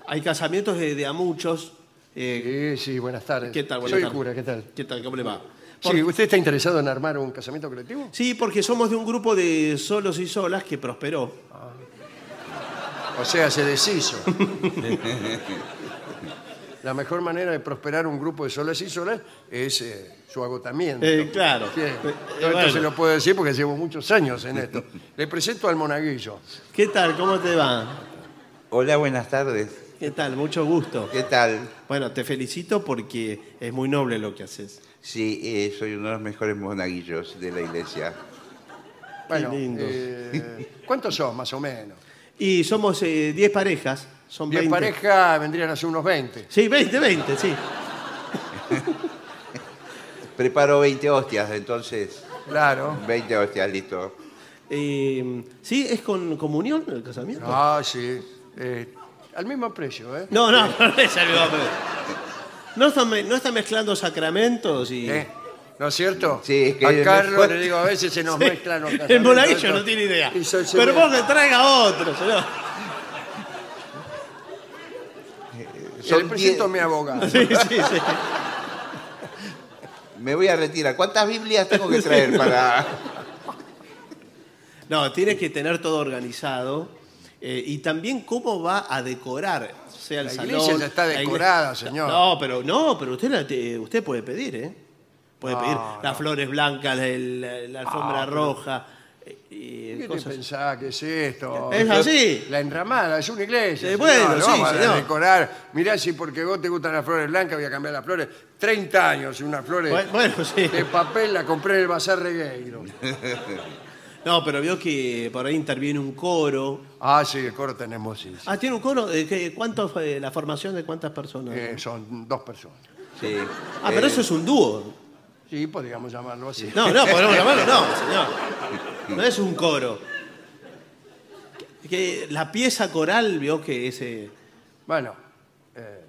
E: Hay casamientos de, de a muchos. Eh,
B: Sí, sí, buenas tardes.
E: ¿Qué tal? Buenas
B: Soy el
E: tardes.
B: cura, ¿qué tal?
E: ¿Qué tal? ¿Cómo le va? Por-
B: Sí, ¿Usted está interesado en armar un casamiento colectivo?
E: sí, porque somos de un grupo de solos y solas que prosperó.
B: O sea, se deshizo. La mejor manera de prosperar un grupo de solas y solas es eh, su agotamiento.
E: Eh, claro.
B: Sí,
E: Eh,
B: yo esto
E: bueno.
B: se lo puedo decir porque llevo muchos años en esto. Le presento al monaguillo.
E: ¿Qué tal? ¿Cómo te va?
D: Hola, buenas tardes.
E: ¿Qué tal? Mucho gusto.
D: ¿Qué tal?
E: Bueno, te felicito porque es muy noble lo que haces.
D: Sí, eh, soy uno de los mejores monaguillos de la iglesia.
B: Bueno,
E: lindo.
B: eh, ¿cuántos son más o menos?
E: Y somos eh, 10 parejas. Son
B: Diez
E: 20.
B: parejas vendrían a ser unos 20.
E: Sí, 20, 20, sí.
D: Preparo 20 hostias, entonces.
B: Claro.
D: 20 hostias, listo.
E: Eh, ¿Sí? ¿Es con comunión el casamiento?
B: Ah, sí. Eh, al mismo precio, ¿eh?
E: No, no, no es el mismo, pero- No están, me- no están mezclando sacramentos y.
B: ¿Eh? ¿No es cierto?
D: Sí, es que
B: a Carlos
D: después-
B: le digo, a veces se nos
E: Sí.
B: mezclan los
E: el
B: casamientos,
E: monaguillo
B: esto.
E: no tiene idea.
B: Y se- se
E: Pero
B: me-
E: vos que traiga otro, señor.
B: Yo le
D: Son
B: presento a
D: 10.
B: mi abogado.
E: Sí, sí, sí.
D: Me voy a retirar. ¿Cuántas Biblias tengo que traer para.?
E: No, tiene que tener todo organizado. eh, y también cómo va a decorar, sea el
B: La
E: salón.
B: iglesia ya está
E: la iglesia-
B: decorada, señor.
E: No, pero no, pero usted la te- usted puede pedir, ¿eh? Puede
B: No,
E: pedir
B: no. Ah,
E: las flores blancas, la, la- la alfombra roja eh, y
B: ¿Qué te
E: cosas.
B: pensás que es esto?
E: Es así.
B: La enramada, es una iglesia.
E: Eh,
B: señor,
E: bueno,
B: no
E: sí,
B: vamos a
E: señor.
B: decorar. Mirá, si porque vos te gustan las flores blancas, voy a cambiar las flores. 30 años, unas flores
E: Bueno, bueno, sí.
B: de papel la compré en el Bazar Regueiro.
E: No, pero vio que por ahí interviene un coro.
B: Ah, sí, el coro tenemos, sí. sí.
E: Ah, tiene un coro. ¿De qué- ¿Cuántos, eh, la formación de cuántas personas?
B: Eh, son dos personas.
D: Sí.
E: ah, pero
D: Eh,
E: eso es un dúo.
B: Sí, podríamos llamarlo así.
E: No, no, ponemos la mano, no, señor. No es un coro. Que- que la pieza coral, vio que ese.
B: Bueno, eh,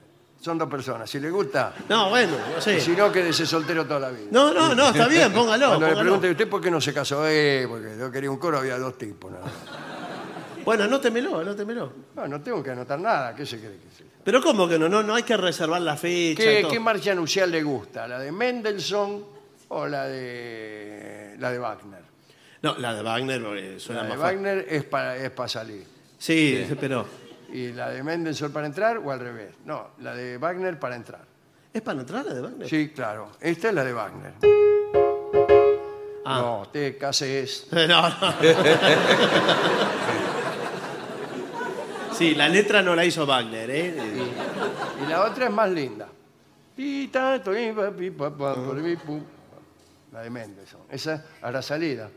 B: son dos personas. Si le gusta,
E: No, bueno, no
B: y si
E: sé.
B: no, quédese soltero toda la vida.
E: No, no, no, está bien, póngalo.
B: Cuando le
E: póngalo.
B: pregunte usted por qué no se casó, eh, porque yo quería un coro, había dos tipos. nada más".
E: Bueno, anótemelo, anótemelo.
B: No, no tengo que anotar nada, ¿qué se cree que sí?
E: Pero ¿cómo que no? No, no hay que reservar la fecha. y
B: ¿Qué,
E: todo.
B: qué marcha nupcial le gusta? ¿La de Mendelssohn o la de la de Wagner?
E: No, la de Wagner eh,
B: La
E: suena
B: de
E: más fácil.
B: Wagner es para, es para salir.
E: Sí, pero.
B: ¿Y la de Mendelssohn para entrar o al revés? No, la de Wagner para entrar.
E: ¿Es para entrar la de Wagner?
B: Sí, claro. Esta es la de Wagner.
E: Ah.
B: No, te cases.
E: No, no. Sí, la letra no la hizo Wagner, ¿eh?
B: Y la otra es más linda. Pi, ta, to, i, pa, pi, pa, pa, por, pi, pu. La de Mendelssohn. Esa a la salida.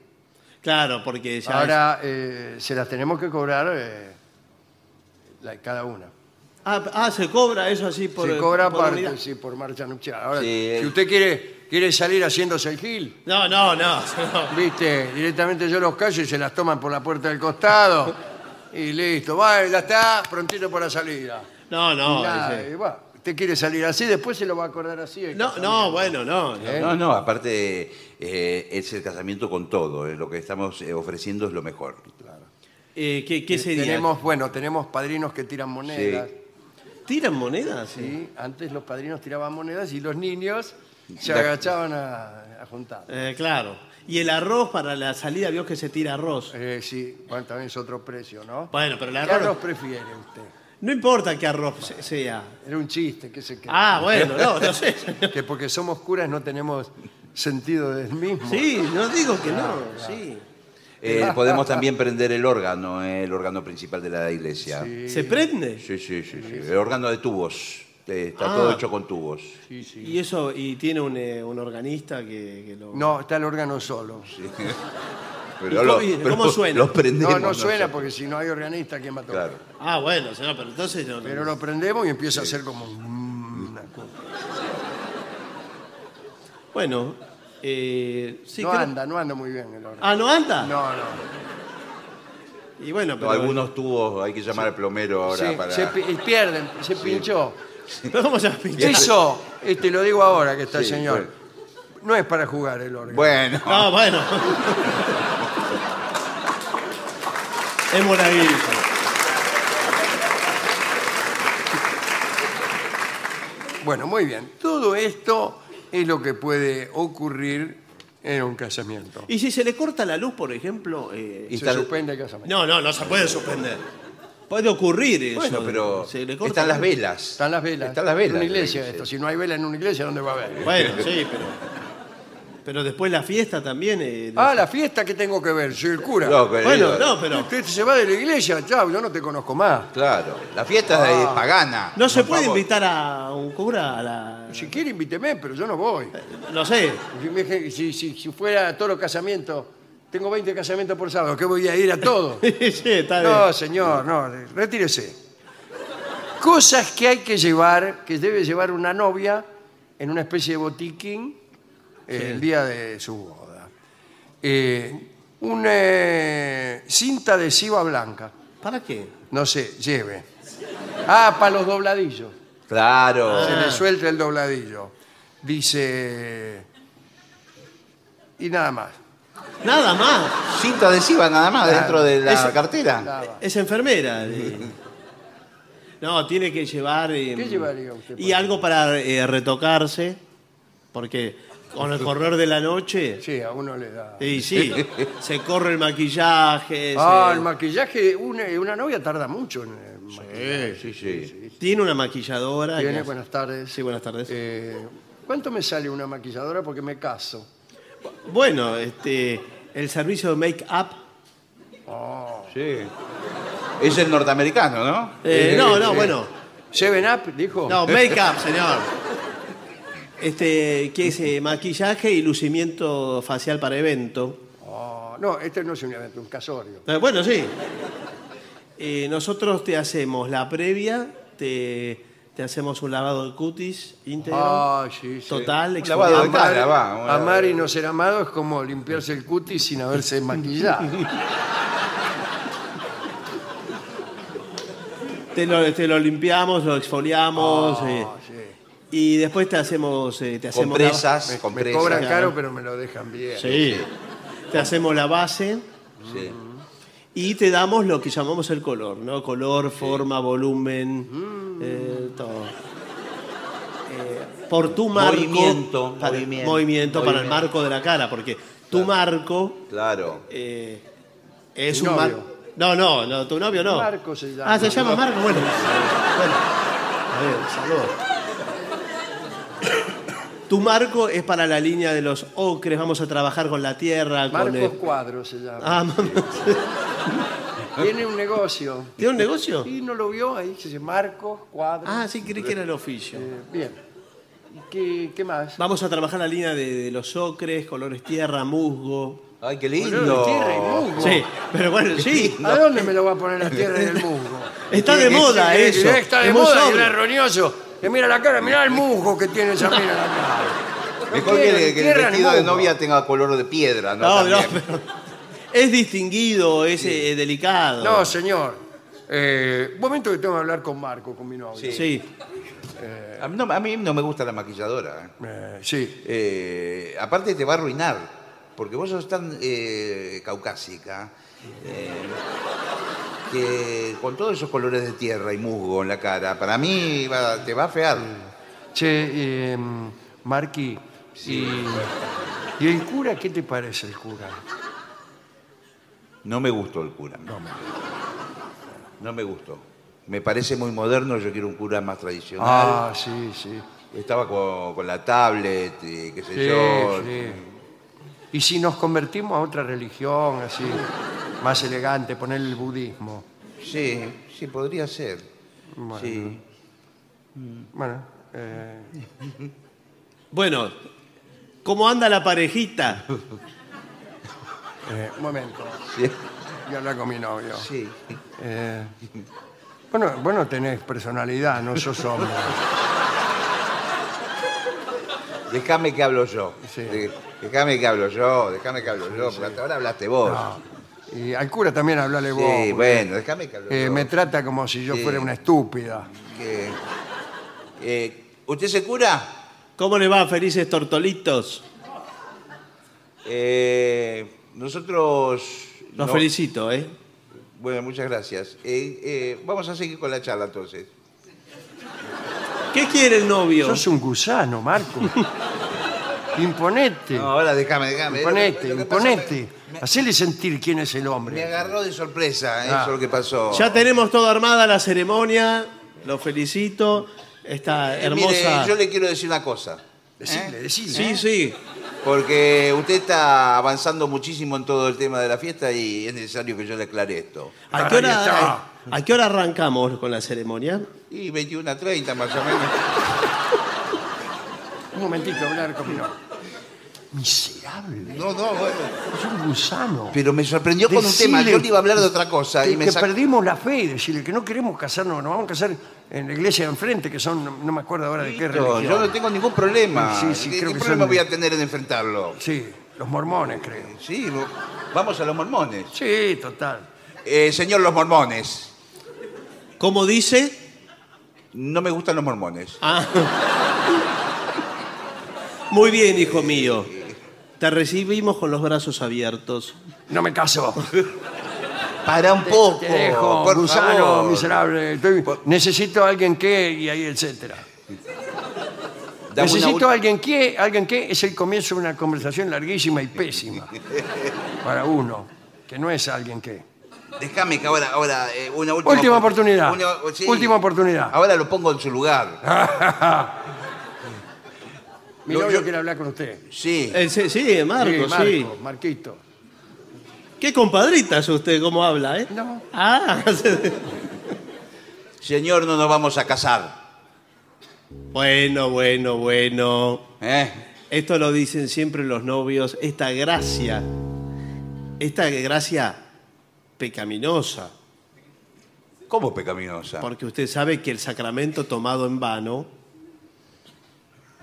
E: Claro, porque ya.
D: Ah,
E: es-
B: Ahora eh, se las tenemos que cobrar eh, la- cada una.
E: Ah, ah, se cobra eso así por.
B: se cobra
E: por
B: aparte,
E: unidad.
B: sí, por marcha nupcial. Ahora,
D: Sí.
B: si usted quiere, quiere salir haciéndose el gil,
E: No, no, no. no.
B: viste, directamente yo los callo y se las toman por la puerta del costado y listo, va, ya está, prontito para la salida.
E: No, no,
B: Nada,
E: ese-
B: y va. usted quiere salir así, después se lo va a acordar así. el
E: No,
B: casamiento.
E: no, bueno, no. no.
B: ¿Eh?
D: No, no, aparte eh, es el casamiento con todo. eh, Lo que estamos eh, ofreciendo es lo mejor.
E: Eh, ¿qué, qué sería?
B: Tenemos, bueno, tenemos padrinos que tiran monedas.
D: Sí.
E: ¿Tiran monedas?
B: ¿sí? Antes los padrinos tiraban monedas y los niños se
D: La-
B: agachaban a, a juntar.
E: Eh, claro. Y el arroz para la salida, vio que se tira arroz.
B: Eh, sí, bueno, también es otro precio, ¿no?
E: Bueno, pero el
B: ¿Qué
E: arroz.
B: arroz prefiere usted?
E: No importa qué arroz se- sea.
B: Era un chiste, qué sé qué.
E: Ah, bueno, no, no sé.
B: Que porque somos curas no tenemos sentido del mismo.
E: Sí, no digo que no, sí.
D: Eh, podemos también prender el órgano, eh, el órgano principal de la iglesia. Sí,
E: ¿Se prende?
D: sí, sí. sí, El órgano de tubos. Eh, está
E: Ah.
D: todo hecho con tubos.
B: Sí, sí.
E: Y eso, y tiene un, eh, un organista que, que lo.
B: No, está el órgano solo.
D: Pero
E: ¿Y
D: lo-
E: cómo-
D: pero
E: cómo suena?
D: Los prendemos.
B: No, no suena
D: nosotros.
B: porque si no hay organista, ¿quién va a tocar?
D: Claro.
E: Ah, bueno, señor, pero entonces no. no.
B: Pero lo prendemos y empieza a hacer como una cosa.
E: Bueno, eh, sí
B: no
E: creo-
B: anda, no anda muy bien el órgano.
E: Ah, no anda.
B: No, no.
E: Y bueno, pero.
D: No, algunos tubos hay que llamar al plomero ahora
B: Se,
D: para.
B: se pi- pierden, se pinchó.
E: Pero ¿Cómo se va a pinchar?
B: Eso, eh, te lo digo ahora que está el
D: este- Sí,
B: señor. No es para jugar el órgano.
D: Bueno.
E: No, bueno. es monaguillo.
B: Bueno, muy bien. Todo esto es lo que puede ocurrir en un casamiento.
E: ¿Y si se le corta la luz, por ejemplo? eh,
D: Y-
B: Se
D: tal-
B: suspende el casamiento.
E: No, no, no se puede suspender. Puede ocurrir eso.
D: Bueno, pero
E: Se le corta
D: están las
E: la-
D: velas.
B: Están las velas.
D: Están las velas.
B: En una iglesia
D: Sí.
B: esto. Si no hay vela en una iglesia, ¿dónde va a haber?
E: Bueno, sí, pero. Pero después la fiesta también. eh,
B: Ah, la fiesta que tengo que ver, soy el cura.
D: No, pero-
E: Bueno, no, pero.
B: Usted se va de la iglesia, chao, yo no te conozco más.
D: Claro. La fiesta es pagana.
E: No se
D: por
E: puede
D: favor.
E: invitar a un cura a la.
B: Si quiere, invíteme, pero yo no voy.
E: No sé.
B: Si me- Si, si- si fuera a todos los casamientos, tengo 20 casamientos por sábado, ¿qué voy a ir a todos?
E: sí, está bien.
B: No, señor, no, retírese. Cosas que hay que llevar, que debe llevar una novia en una especie de botiquín eh, el día de su boda. Eh, una eh, cinta adhesiva blanca,
E: ¿Para qué?
B: no sé, lleve. Ah, para los dobladillos.
D: Claro.
B: Se
E: Ah.
B: le suelta el dobladillo. Dice... Y nada más.
E: Nada más.
D: Cinta adhesiva nada más
B: Claro.
D: dentro de la
E: Esa-
D: cartera.
B: nada más.
E: Es enfermera. eh. No, tiene que llevar. eh,
B: ¿Qué llevaría usted?
E: Y algo para eh, retocarse. Porque con el correr de la noche.
B: Sí, a uno le da...
E: Y sí, se corre el maquillaje.
B: Ah,
E: se-
B: el maquillaje, una, una novia tarda mucho en el maquillaje.
D: Sí, sí.
E: Tiene una maquilladora.
B: Viene,
E: que-
B: buenas tardes.
E: Sí, buenas tardes.
B: Eh, ¿Cuánto me sale una maquilladora? Porque me caso.
E: Bueno, este, el servicio de make-up.
D: Sí. Es el norteamericano, ¿no?
E: eh, no, no,
B: sí.
E: bueno.
B: ¿Seven Up, dijo?
E: No, make-up, señor. Este, ¿qué es eh, maquillaje y lucimiento facial para evento?
B: Oh, no, este no es un evento, un casorio.
E: Eh, Bueno, sí. Eh, nosotros te hacemos la previa, te, te hacemos un lavado de cutis íntegro.
B: Ah, sí, sí.
E: Total,
D: Un
E: exfoliante.
D: lavado de
B: Amar,
D: cara, va, una-
B: amar y no ser amado es como limpiarse el cutis sin haberse maquillado.
E: Te lo, te lo limpiamos, lo exfoliamos eh,
B: Ah, sí.
E: y después te hacemos... eh, te hacemos la-
D: Compresas,
B: Me, me
D: compresas.
B: cobran
E: Claro.
B: caro, pero me lo dejan bien.
E: Sí. Te hacemos la base
D: Sí.
E: y te damos lo que llamamos el color, ¿no? Color, forma,
D: Mm.
E: volumen, eh, todo. Eh, por tu marco.
D: Movimiento,
E: para-
D: movimiento.
E: movimiento para el
D: Movimiento.
E: marco de la cara, porque tu marco
D: Claro.
E: eh, es
B: Tu
E: un
B: novio.
E: marco. No, no, no, tu novio no.
B: Marco se llama.
E: Ah, se llama Marco, bueno. bueno. A ver, saludos. Tu marco es para la línea de los ocres, vamos a trabajar con la tierra, con
B: Marcos
E: el-
B: Cuadro se llama.
E: Ah, mamá. Ah.
B: Tiene un negocio.
E: ¿Tiene un negocio?
B: Y no lo vio ahí, se dice Marcos Cuadro.
E: Ah, sí, creí que era el oficio.
B: Eh, bien. ¿Y qué, qué más?
E: Vamos a trabajar la línea de, de los ocres, colores tierra, musgo.
D: Ay, qué
B: Boludo, tierra y
D: lindo.
B: musgo.
E: Sí, pero bueno, sí.
B: ¿A dónde me lo va a poner la tierra y el musgo?
E: Está de
B: Y-
E: moda
B: y- y-
E: eso.
B: Está de
E: Es muy
B: moda y
E: sobrio.
B: era roñoso. Que mira la cara, mira el musgo que tiene esa mina en la cara. No
D: Mejor que,
B: quiero ni
D: el- que el
B: tierra ni
D: vestido de
B: musgo.
D: novia tenga color de piedra, ¿no?
E: No, no,
D: También.
E: pero es distinguido, es eh, delicado.
B: No, señor. eh, un momento que tengo que hablar con Marco, con mi novio.
E: Sí.
D: A mí no, a mí no me gusta la maquilladora. ¿eh?
B: Eh, sí.
D: Eh, aparte te va a arruinar, porque vos sos tan eh, caucásica, eh, que con todos esos colores de tierra y musgo en la cara, para mí va- te va a fear.
B: Che, eh, Marqui, y, ¿y el cura qué te parece el cura?
D: No me gustó el cura. No me, gustó. Me parece muy moderno, yo quiero un cura más tradicional.
B: Ah, sí, sí.
D: Estaba con, con la tablet y qué sé
B: Sí,
D: yo.
B: sí. Y si nos convertimos a otra religión, así, más elegante, poner el budismo.
D: Sí, sí, podría ser.
B: Bueno.
D: Sí.
B: Bueno, eh,
E: Bueno, ¿cómo anda la parejita?
B: eh, un momento,
D: Sí.
B: yo hablar con mi novio.
D: Sí.
B: Eh, bueno, vos no tenés personalidad, no sos hombre.
D: Déjame que hablo yo.
B: Sí.
D: De- Déjame que hablo yo, déjame que hablo yo, porque hasta ahora hablaste vos.
B: No. Y al cura también hablale vos.
D: sí,
B: porque,
D: bueno, déjame que hablo
B: eh,
D: yo.
B: me trata como si yo
D: Sí.
B: fuera una estúpida.
D: Que- eh, ¿Usted se cura?
E: ¿Cómo le va, felices tortolitos?
D: Eh, nosotros...
E: Los
D: no-
E: felicito, ¿eh?
D: Bueno, muchas gracias. Eh, eh, vamos a seguir con la charla entonces.
E: ¿Qué quiere el novio?
B: Sos un gusano, Marco. Imponete,
D: No, ahora déjame, déjame.
B: imponete,
D: Lo que- lo que pasa
B: imponete. Hacele sentir quién es el
D: Me, me
B: hombre.
D: agarró de sorpresa eh,
B: Ah.
D: eso lo que pasó.
E: Ya tenemos todo armada la ceremonia. Los felicito. Esta
D: Eh, mire,
E: hermosa.
D: yo le quiero decir una cosa.
B: Decile,
D: ¿eh?
B: decile.
E: Sí, sí.
D: Porque usted está avanzando muchísimo en todo el tema de la fiesta y es necesario que yo le aclare esto.
E: ¿A qué,
B: Ahí está.
E: hora, eh, ¿A qué hora arrancamos con la ceremonia?
D: Y 21 a 30 más o menos.
B: Un momentito, hablar con mi novio. Miserable,
D: No, no, bueno.
B: es un gusano.
D: Pero me sorprendió con un
B: Decile
D: tema. Yo le iba a hablar de otra cosa
B: que,
D: y me
B: que
D: sacó.
B: perdimos la fe, decirle que no queremos casarnos, nos vamos a casar en la iglesia de enfrente, que son, no, no me acuerdo ahora de qué religión.
D: Yo no tengo ningún problema.
B: Sí, sí,
D: ¿Qué,
B: creo
D: qué
B: que
D: problema
B: son-
D: voy a tener en enfrentarlo?
B: Sí, los mormones, creo.
D: Sí, lo- vamos a los mormones.
B: Sí, total.
D: Eh, señor, los mormones.
E: ¿Cómo dice? Ah.
D: No me gustan los mormones.
E: Muy bien, hijo mío. Te recibimos con los brazos abiertos.
B: No me caso.
D: Para un poco.
B: Te dejo,
D: Oh, por
B: gusano
D: favor.
B: miserable. Estoy- necesito a alguien que, y ahí, etcétera.
D: Dame una
B: necesito
D: ul-
B: a alguien que, alguien que es el comienzo de una conversación larguísima y pésima para uno, que no es alguien que.
D: Déjame que ahora, ahora eh, una última,
B: Última
D: opor-
B: oportunidad.
D: una- oh, sí.
B: Última Ah. oportunidad.
D: Ahora lo pongo en su lugar.
B: Mi
D: Lo-
B: novio
D: yo-
B: quiere hablar con usted.
D: Sí.
E: Eh, sí, sí, Marco, sí.
B: Sí, Marco, Marquito.
E: Qué compadrita es usted, cómo habla, ¿eh?
B: No.
E: Ah,
D: Señor, no nos vamos a casar.
E: bueno, bueno, bueno.
D: ¿eh?
E: Esto lo dicen siempre los novios, esta gracia, esta gracia pecaminosa,
D: ¿Cómo pecaminosa?
E: porque usted sabe que el sacramento tomado en vano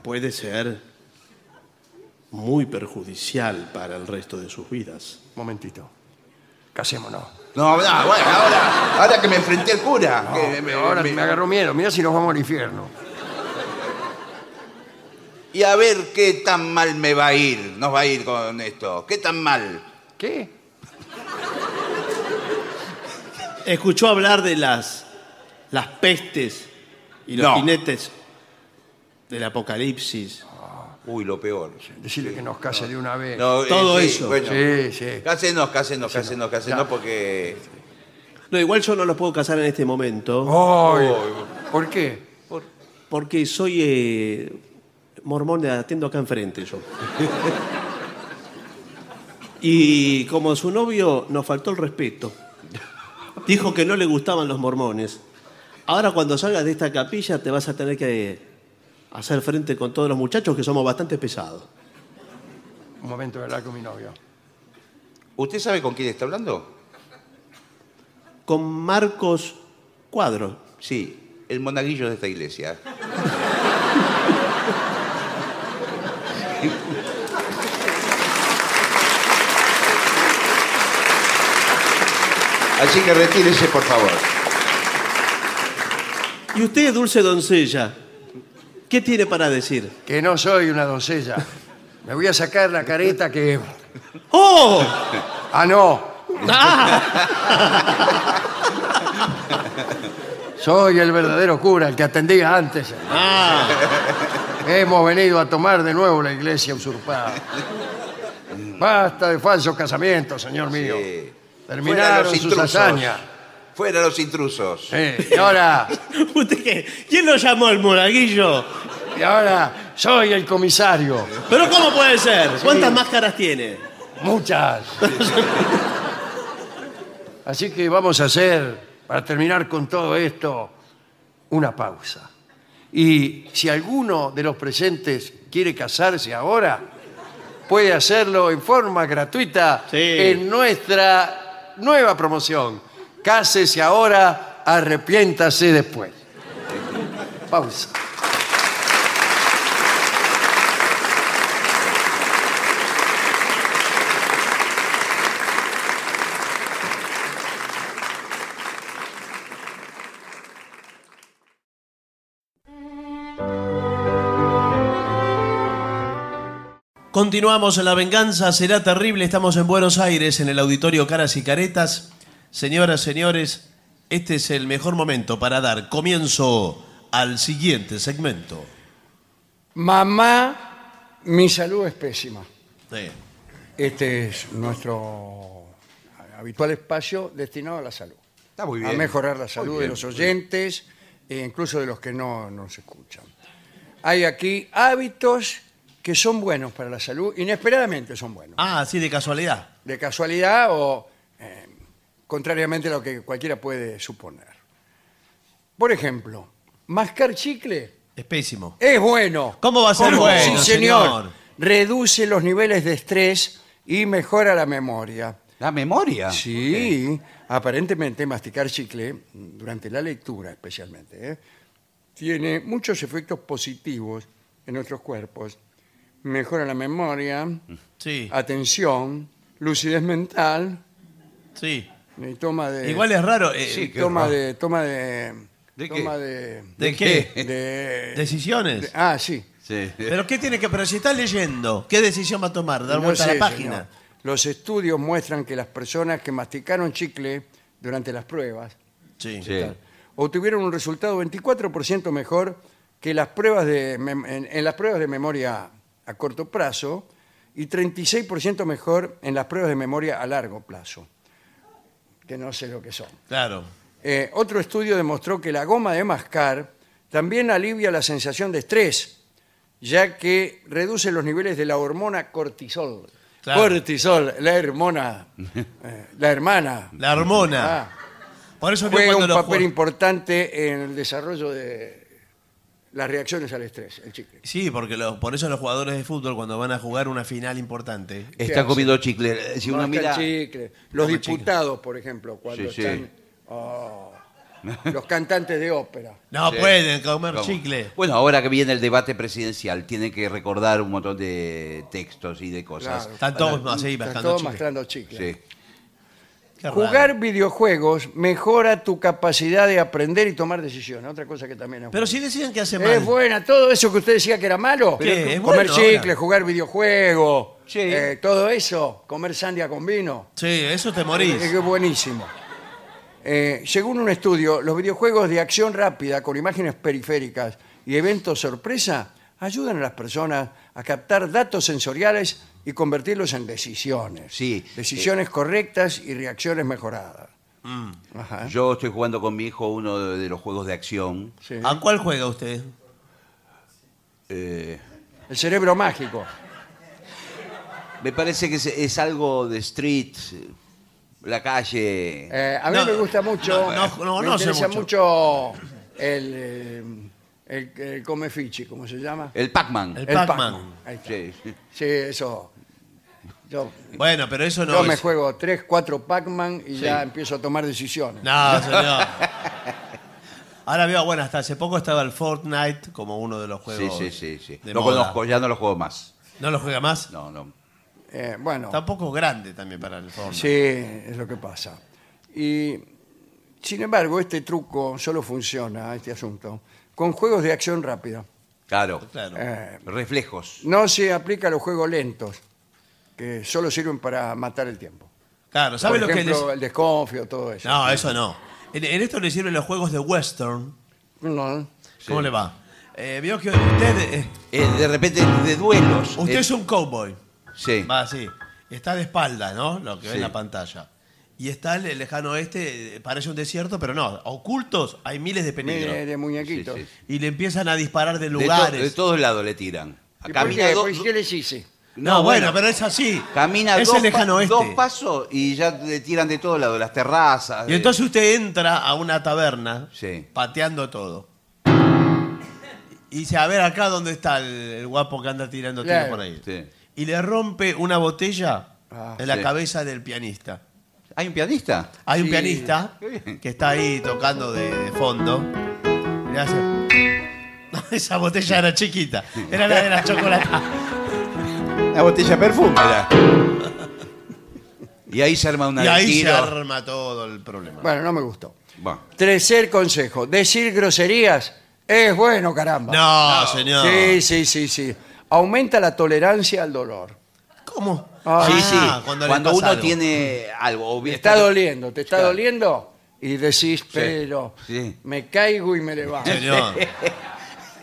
E: puede ser muy perjudicial para el resto de sus vidas.
B: Momentito. Casémonos.
D: No, no, bueno, ahora, ahora que me enfrenté al cura. que me-
B: Ahora
D: me-
B: me agarró miedo. Mira si nos vamos al infierno.
D: Y a ver qué tan mal me va a ir, nos va a ir con esto. ¿Qué tan mal?
B: ¿Qué?
E: ¿Escuchó hablar de las, las pestes y los
D: No.
E: jinetes del apocalipsis?
D: Uy, lo peor.
B: Decirle que nos case de una vez.
D: No, eh,
E: Todo
D: sí,
E: eso.
D: Bueno,
B: Sí, sí.
D: Cásenos, cásenos, cásenos, cásenos,
B: Ya.
D: porque.
E: No, igual yo no los puedo casar en este momento.
B: Ay,
D: Uy.
B: ¿Por qué?
E: Porque soy eh, mormón, atiendo acá enfrente yo. Y como su novio nos faltó el respeto, dijo que no le gustaban los mormones. Ahora cuando salgas de esta capilla te vas a tener que hacer frente con todos los muchachos que somos bastante pesados.
B: Un momento de hablar con mi novio.
D: ¿Usted sabe con quién está hablando?
E: Con Marcos Cuadro.
D: Sí, el monaguillo de esta iglesia. Así que retírese, por favor.
B: Y usted, dulce doncella, ¿qué tiene para decir?
C: Que no soy una doncella. Me voy a sacar la careta que...
B: ¡Oh!
C: Ah, no.
E: Ah,
C: Soy el verdadero cura, el que atendía antes.
E: ah.
C: Hemos venido a tomar de nuevo la iglesia usurpada. Basta de falsos casamientos, señor mío.
D: Sí. Eh, Fuera
C: Terminaron
D: los
C: sus
D: intrusos.
C: hazañas.
D: Fuera los intrusos.
B: Eh,
C: Sí, Y ahora,
B: ¿Usted qué? ¿Quién lo llamó el monaguillo?
C: y ahora soy el comisario.
B: ¿Pero cómo puede ser? ¿Cuántas máscaras tiene?
C: Muchas. Así que vamos a hacer, para terminar con todo esto, una pausa. Y si alguno de los presentes quiere casarse ahora, puede hacerlo en forma gratuita
B: Sí.
C: en nuestra nueva promoción. Cásese ahora, arrepiéntase después. Pausa.
E: Continuamos en La Venganza Será Terrible. Estamos en Buenos Aires, en el auditorio Caras y Caretas. Señoras, señores, este es el mejor momento para dar comienzo al siguiente segmento.
C: Mamá, mi salud es pésima.
E: Sí.
C: Este es nuestro habitual espacio destinado a la salud.
D: Está muy
C: A
D: bien.
C: mejorar la
D: Muy
C: salud de
D: bien,
C: los oyentes e incluso de los que no nos escuchan. Hay aquí hábitos que son buenos para la salud, inesperadamente son buenos.
E: Ah, sí, de casualidad.
C: De casualidad o eh, contrariamente a lo que cualquiera puede suponer. Por ejemplo, mascar chicle
E: Es pésimo.
C: es bueno.
E: ¿Cómo va a ser bueno,
C: Sí, señor.
E: señor?
C: Reduce los niveles de estrés y mejora la memoria.
D: La memoria.
C: Sí, aparentemente masticar chicle, durante la lectura especialmente, ¿eh? tiene muchos efectos positivos en nuestros cuerpos. Mejora la memoria,
E: Mm. Sí,
C: atención, lucidez mental,
E: sí.
C: y toma de...
E: Igual es raro. eh,
D: Sí. qué
C: toma
D: raro.
C: de Toma de...
D: ¿De qué?
C: toma de...
E: ¿De qué?
C: de-
E: Decisiones.
C: de- ah, sí.
D: Sí.
E: ¿Pero qué tiene que.? Pero si está leyendo, ¿qué decisión va a tomar? ¿Dar
C: No
E: vuelta a
C: sé,
E: la página?
C: señor. Los estudios muestran que las personas que masticaron chicle durante las pruebas
E: Sí.
D: Sí.
C: obtuvieron un resultado 24% mejor que las pruebas de mem- en, en las pruebas de memoria a corto plazo y 36% mejor en las pruebas de memoria a largo plazo, que no sé lo que son.
E: Claro.
C: Eh, otro estudio demostró que la goma de mascar también alivia la sensación de estrés, ya que reduce los niveles de la hormona cortisol.
E: Claro.
C: Cortisol, la hormona, eh, la hermana.
E: La hormona.
C: Ah
E: Por eso que
C: juega
E: cuando
C: un
E: lo
C: papel
E: jue-
C: importante en el desarrollo de las reacciones al estrés, el chicle.
E: Sí, porque lo- por eso los jugadores de fútbol cuando van a jugar una final importante.
C: ¿Qué
D: Está
C: hace?
D: comiendo chicle. Eh, Si uno
C: Masca
D: mira.
C: chicle. Los
D: Toma
C: diputados, por ejemplo, cuando
D: Sí, sí.
C: están... Oh, los cantantes de ópera.
E: No
D: Sí.
E: pueden comer
D: ¿Cómo?
E: chicle.
D: Bueno, ahora que viene el debate presidencial, tiene que recordar un montón de textos y de cosas.
C: Claro.
E: Están todos así,
C: Están
E: mascando
C: todos
E: chicle.
C: mascando chicle.
D: Sí.
E: Qué raro.
C: Jugar videojuegos mejora tu capacidad de aprender y tomar decisiones. Otra cosa que también es
E: Pero
C: buena.
E: si deciden que hace
C: Es
E: mal.
C: buena, todo eso que usted decía que era malo.
E: ¿Qué? Es
C: Comer
E: bueno
C: chicle,
E: ahora.
C: jugar videojuegos,
D: Sí.
C: eh, todo eso, comer sandia con vino.
E: Sí, eso te
C: Es
E: morís.
C: que es buenísimo. Eh, según un estudio, los videojuegos de acción rápida con imágenes periféricas y eventos sorpresa ayudan a las personas a captar datos sensoriales y convertirlos en decisiones.
D: Sí.
E: eh,
C: Decisiones correctas y reacciones mejoradas. Ajá.
D: ¿Ah? Yo estoy jugando con mi hijo uno de de los juegos de acción.
C: Sí.
E: ¿A cuál juega usted?
D: Eh,
C: El cerebro mágico.
D: me parece que es, es algo de street, la calle.
C: Eh, a mí
E: No,
C: me gusta mucho.
E: no, no, no,
C: me
E: no sé
C: interesa mucho,
E: mucho.
C: el, eh, el, el comefichi, ¿cómo se llama?
D: El Pac-Man.
E: El-
C: El
E: Pac-Man.
C: Ahí está.
D: Sí.
C: Sí, eso. Yo,
E: Bueno, pero eso no
C: yo me
E: es-
C: juego 3, 4 Pac-Man y ya empiezo a tomar decisiones.
E: No, señor. Ahora veo, bueno, hasta hace poco estaba el Fortnite como uno de los
D: Sí,
E: juegos.
D: sí, sí, sí.
E: de
D: Lo
E: moda.
D: conozco, ya no lo juego más.
E: ¿No lo juega más?
D: No, no.
C: Eh, bueno,
E: Tampoco grande también para el Fortnite.
C: sí, es lo que pasa. Y Sin embargo, este truco solo funciona, este asunto, con juegos de acción rápida.
D: Claro.
E: Claro.
C: Eh,
D: Reflejos.
C: no se aplica a los juegos lentos, que solo sirven para matar el tiempo.
E: Claro, ¿sabe lo
C: Por
E: que les...
C: ejemplo, el desconfío, todo
D: eh,
C: eso.
E: No, eso no. En, en esto le sirven los juegos de western.
C: No.
E: ¿Cómo le va? Eh, vio que usted, eh,
D: Eh, de repente, de duelos.
E: usted
D: Eh,
E: es un cowboy.
D: Sí.
E: Va así. Está de espaldas, ¿no? Lo que ve en
D: Sí.
E: la pantalla. Y está el el lejano oeste, eh, parece un desierto, pero no. Ocultos hay miles de peligros.
C: Mire, de muñequitos.
D: Sí, sí.
E: Y le empiezan a disparar de
D: De, to-
E: lugares.
D: de todos lados le tiran.
C: ¿Y por
D: Camina
C: qué?
D: dos-
C: Pues, ¿Qué les hice?
E: no, bueno, pero es así.
D: Camina
E: es
D: dos,
E: el lejano
D: pa-
E: oeste.
D: dos pasos y ya le tiran de todos lados, las terrazas.
E: Y
D: eh,
E: entonces usted entra a una taberna
D: Sí.
E: pateando todo. Y dice, a ver acá dónde está el, el guapo que anda tirando tiros
C: Claro.
E: por ahí.
D: eh, Sí.
E: Y le rompe una botella
C: Ah,
E: en la
D: sí.
E: cabeza del pianista.
D: ¿Hay un pianista?
E: Hay un
C: Sí.
E: pianista
D: Qué bien.
E: que está ahí tocando de, de fondo. Y le hace... No, Esa botella era chiquita. Era la de la chocolate.
D: La botella de perfume. era. y ahí se arma una
E: Y ahí se
D: tiro.
E: arma todo el problema.
C: Bueno, no me gustó.
D: Bueno,
C: Tercer consejo, decir groserías es bueno, caramba.
E: No, señor.
C: Sí, sí, sí, sí. Aumenta la tolerancia al dolor.
E: ¿Cómo?
C: Ah,
D: sí, sí.
E: Ah,
D: Cuando,
E: le pasa
D: uno
E: algo.
D: tiene algo. o
C: Te
D: bien-
C: está doliendo, te está
D: Claro.
C: doliendo y decís, pero
D: sí.
C: me caigo y me levanto.
E: Señor.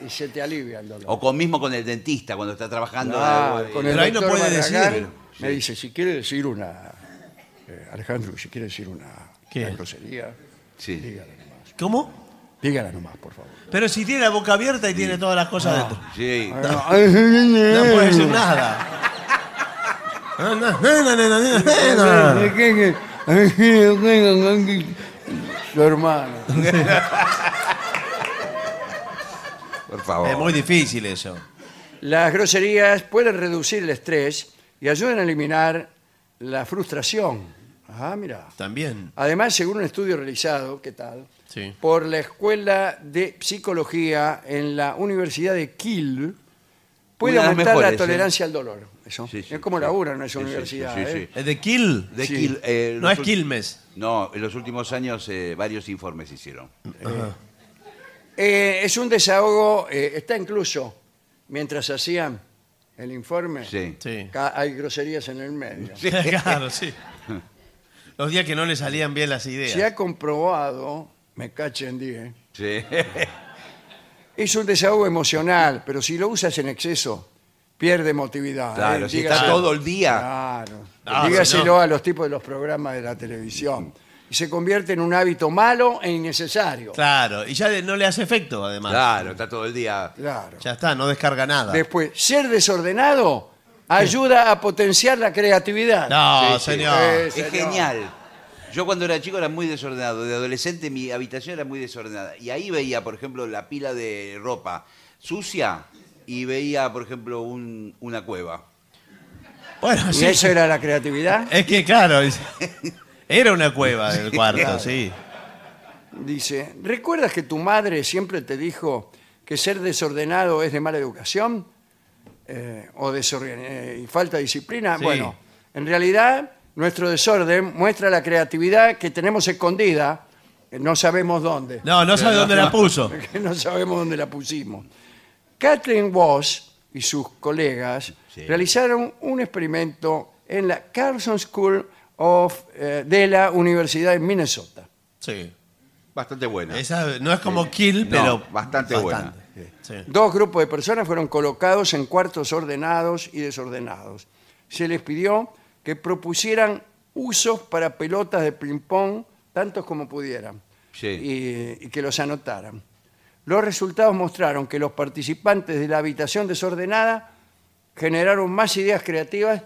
C: Y se te alivia el dolor.
D: O con, mismo con el dentista cuando está trabajando.
C: Ah,
D: algo, eh.
C: con
D: y-
C: el
E: Pero ahí no
C: doctor
E: puede
C: Barragán
E: decir.
C: Me dice, si quiere decir una... eh, Alejandro, si quiere decir una,
E: ¿Qué?
C: una grosería,
D: Sí.
C: dígala nomás.
E: ¿Cómo?
C: Dígala nomás, por favor.
E: Pero si tiene la boca abierta y tiene todas las cosas dentro.
D: Sí.
C: Ah,
E: No puede decir nada. Eh. Ah, No, no, no, no, no, no, no, no.
C: Su hermano.
D: Por favor.
E: Es muy difícil eso.
C: Las groserías pueden reducir el estrés y ayudan a eliminar la frustración. Ah, mira.
E: También.
C: Además, según un estudio realizado, ¿qué tal?
E: Sí.
C: Por la Escuela de Psicología en la Universidad de Kiel, puede
D: Una de las
C: aumentar la
D: mejores, ¿eh?
C: tolerancia al dolor. Eso.
D: Sí, sí,
C: es como
D: sí.
C: laburan en esa
D: Sí, sí,
C: universidad.
D: sí, sí,
C: ¿eh?
E: ¿Es de Kill?
D: De
C: Sí.
D: Quil- eh,
E: No es
D: los ul-
E: Quilmes.
D: No, en los últimos años eh, varios informes se hicieron.
C: Eh, es un desahogo, eh, está incluso, mientras hacían el informe,
D: Sí.
E: Sí.
C: ca- hay groserías en el medio.
E: Claro, sí. Los días que no le salían bien las
C: Se
E: ideas.
C: ha comprobado, me cachen 10,
D: Sí.
C: es un desahogo emocional, pero si lo usas en exceso, pierde emotividad.
D: Claro,
C: ¿eh?
D: si está
C: Dígaselo-
D: todo el día.
C: Claro.
E: Ah,
C: Dígaselo
E: señor.
C: a los tipos de los programas de la televisión. Y se convierte en un hábito malo e innecesario.
E: Claro. Y ya de- no le hace efecto, además.
D: Claro, está todo el día.
C: Claro.
E: Ya está, no descarga nada.
C: Después, ser desordenado ayuda a potenciar la creatividad.
E: No,
D: Sí, sí.
E: señor.
C: Sí,
D: Es
C: señor.
D: genial. Yo cuando era chico era muy desordenado. De adolescente mi habitación era muy desordenada. Y ahí veía, por ejemplo, la pila de ropa sucia y veía, por ejemplo, un- una cueva.
E: Bueno,
C: ¿Y
E: sí.
C: eso era la creatividad?
E: Es que, claro. es- Era una cueva del cuarto, sí.
C: Dice, ¿recuerdas que tu madre siempre te dijo que ser desordenado es de mala educación? Eh, o desorgan- eh, y falta de disciplina.
E: Sí.
C: Bueno, en realidad nuestro desorden muestra la creatividad que tenemos escondida, que no sabemos dónde,
E: No, no sabe dónde la puso.
C: que no sabemos dónde la pusimos. Kathleen Walsh y sus colegas realizaron un experimento en la Carson School of, eh, de la Universidad de Minnesota.
E: Sí.
D: Bastante buena.
E: Esa no es como Kill,
D: No,
E: pero.
D: bastante buena.
E: Sí.
C: Dos grupos de personas fueron colocados en cuartos ordenados y desordenados. Se les pidió que propusieran usos para pelotas de ping-pong, tantos como pudieran,
D: Sí.
C: y, y que los anotaran. Los resultados mostraron que los participantes de la habitación desordenada generaron más ideas creativas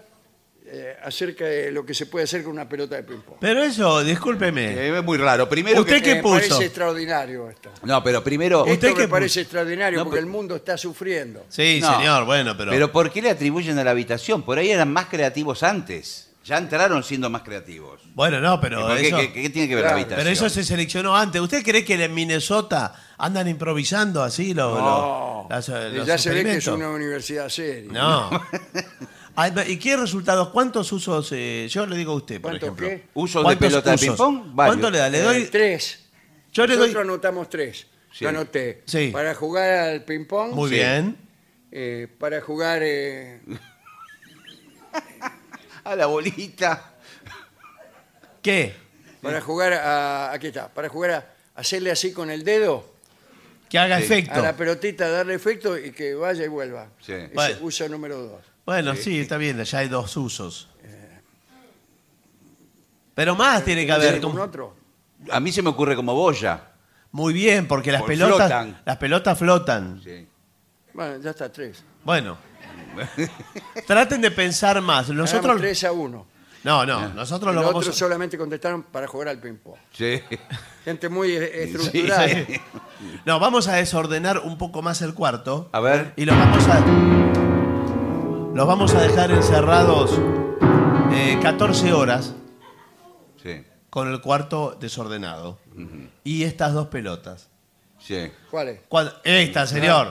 C: eh, acerca de lo que se puede hacer con una pelota de ping-pong.
E: Pero eso, discúlpeme.
D: Eh, Es muy raro. Primero
E: Usted
D: que-
E: qué
C: Me
E: puso?
C: parece extraordinario esto.
D: No, pero primero...
E: ¿Usted
C: Esto me
E: qué
C: parece
E: puso?
C: extraordinario
D: No,
C: porque
D: pero-
C: el mundo está sufriendo.
E: Sí,
D: No.
E: señor, bueno, pero.
D: Pero ¿por qué le atribuyen a la habitación? Por ahí eran más creativos antes. Ya entraron siendo más creativos.
E: bueno, no, pero
D: ¿Por qué,
E: eso.
D: qué- qué tiene que ver
C: Claro.
D: la habitación?
E: pero eso se seleccionó antes. ¿Usted cree que en Minnesota andan improvisando así los,
C: No.
E: los- las, eh, los
C: Oh. ya se ve que es
E: experimentos?
C: una universidad seria.
E: No. Ay, pero, ¿Y qué resultados? ¿Cuántos usos? eh, yo le digo a usted, por
C: ¿Cuántos
E: ejemplo.
C: qué?
D: ¿Usos de
E: ¿Cuántos
D: pelota de
E: usos?
D: ping-pong? Varios.
E: ¿Cuánto le da? Le
C: Eh,
E: doy
C: tres.
E: Yo le
C: Nosotros
E: doy.
C: anotamos tres.
D: Sí.
C: Yo anoté.
E: Sí.
C: Para jugar al ping-pong.
E: Muy
D: Sí.
E: bien.
C: eh, para jugar eh,
D: A la bolita.
E: ¿Qué?
C: para jugar a aquí está para jugar a hacerle así con el dedo
E: Que haga
D: Sí.
E: efecto.
C: a la pelotita darle efecto y que vaya y vuelva
D: Sí.
C: Ese
E: Vale.
C: uso número dos
E: Bueno, sí. está bien, ya hay dos usos. Pero más tiene que haber.
C: con
E: como-
C: otro
D: A mí se me ocurre como boya.
E: Muy bien, porque las
D: Por
E: pelotas
D: flotan.
E: las pelotas flotan.
D: Sí.
C: bueno ya está tres
E: Bueno. Traten de pensar más.
C: Ganamos
E: Nosotros
C: tres a uno
E: No, no, nosotros lo
C: los
E: vamos
C: otros
E: a...
C: solamente contestaron para jugar al ping pong
D: Sí.
C: gente muy eh, estructurada
E: Sí. No, vamos a desordenar un poco más el cuarto.
D: A ver.
E: Y los vamos a. Los vamos a dejar encerrados eh, 14 horas
D: Sí.
E: con el cuarto desordenado. Y estas dos pelotas.
D: Sí.
C: ¿Cuál es?
E: Cuan- Esta, señor.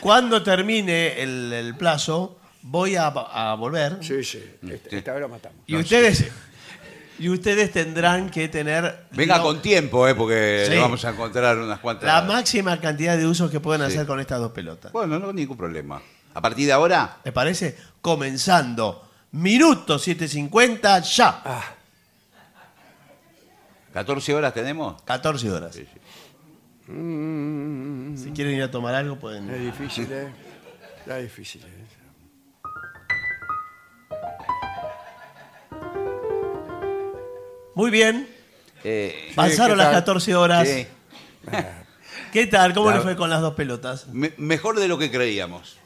E: Cuando termine el, el plazo, voy a, a volver.
C: sí sí esta,
D: Este.
C: esta vez lo matamos
E: Y ustedes. Y ustedes tendrán que tener.
D: Venga
E: lo-
D: con tiempo, eh, porque
E: Sí.
D: le vamos a encontrar unas cuantas.
E: La máxima cantidad de usos que pueden hacer
D: Sí.
E: con estas dos pelotas.
D: Bueno, no ningún problema. A partir de ahora,
E: ¿Me parece? Comenzando. Minuto 7.50 ya.
D: Ah. 14 horas tenemos.
E: 14 horas.
D: Mm.
E: Si quieren ir a tomar algo,
C: es
E: pueden.
C: difícil eh Está difícil eh.
E: Muy bien.
D: Eh,
E: Pasaron
C: ¿qué
E: las
C: tal?
E: 14 horas.
D: sí.
E: ¿Qué tal? ¿Cómo
D: La-
E: le fue con las dos pelotas?
D: Me- mejor de lo que creíamos.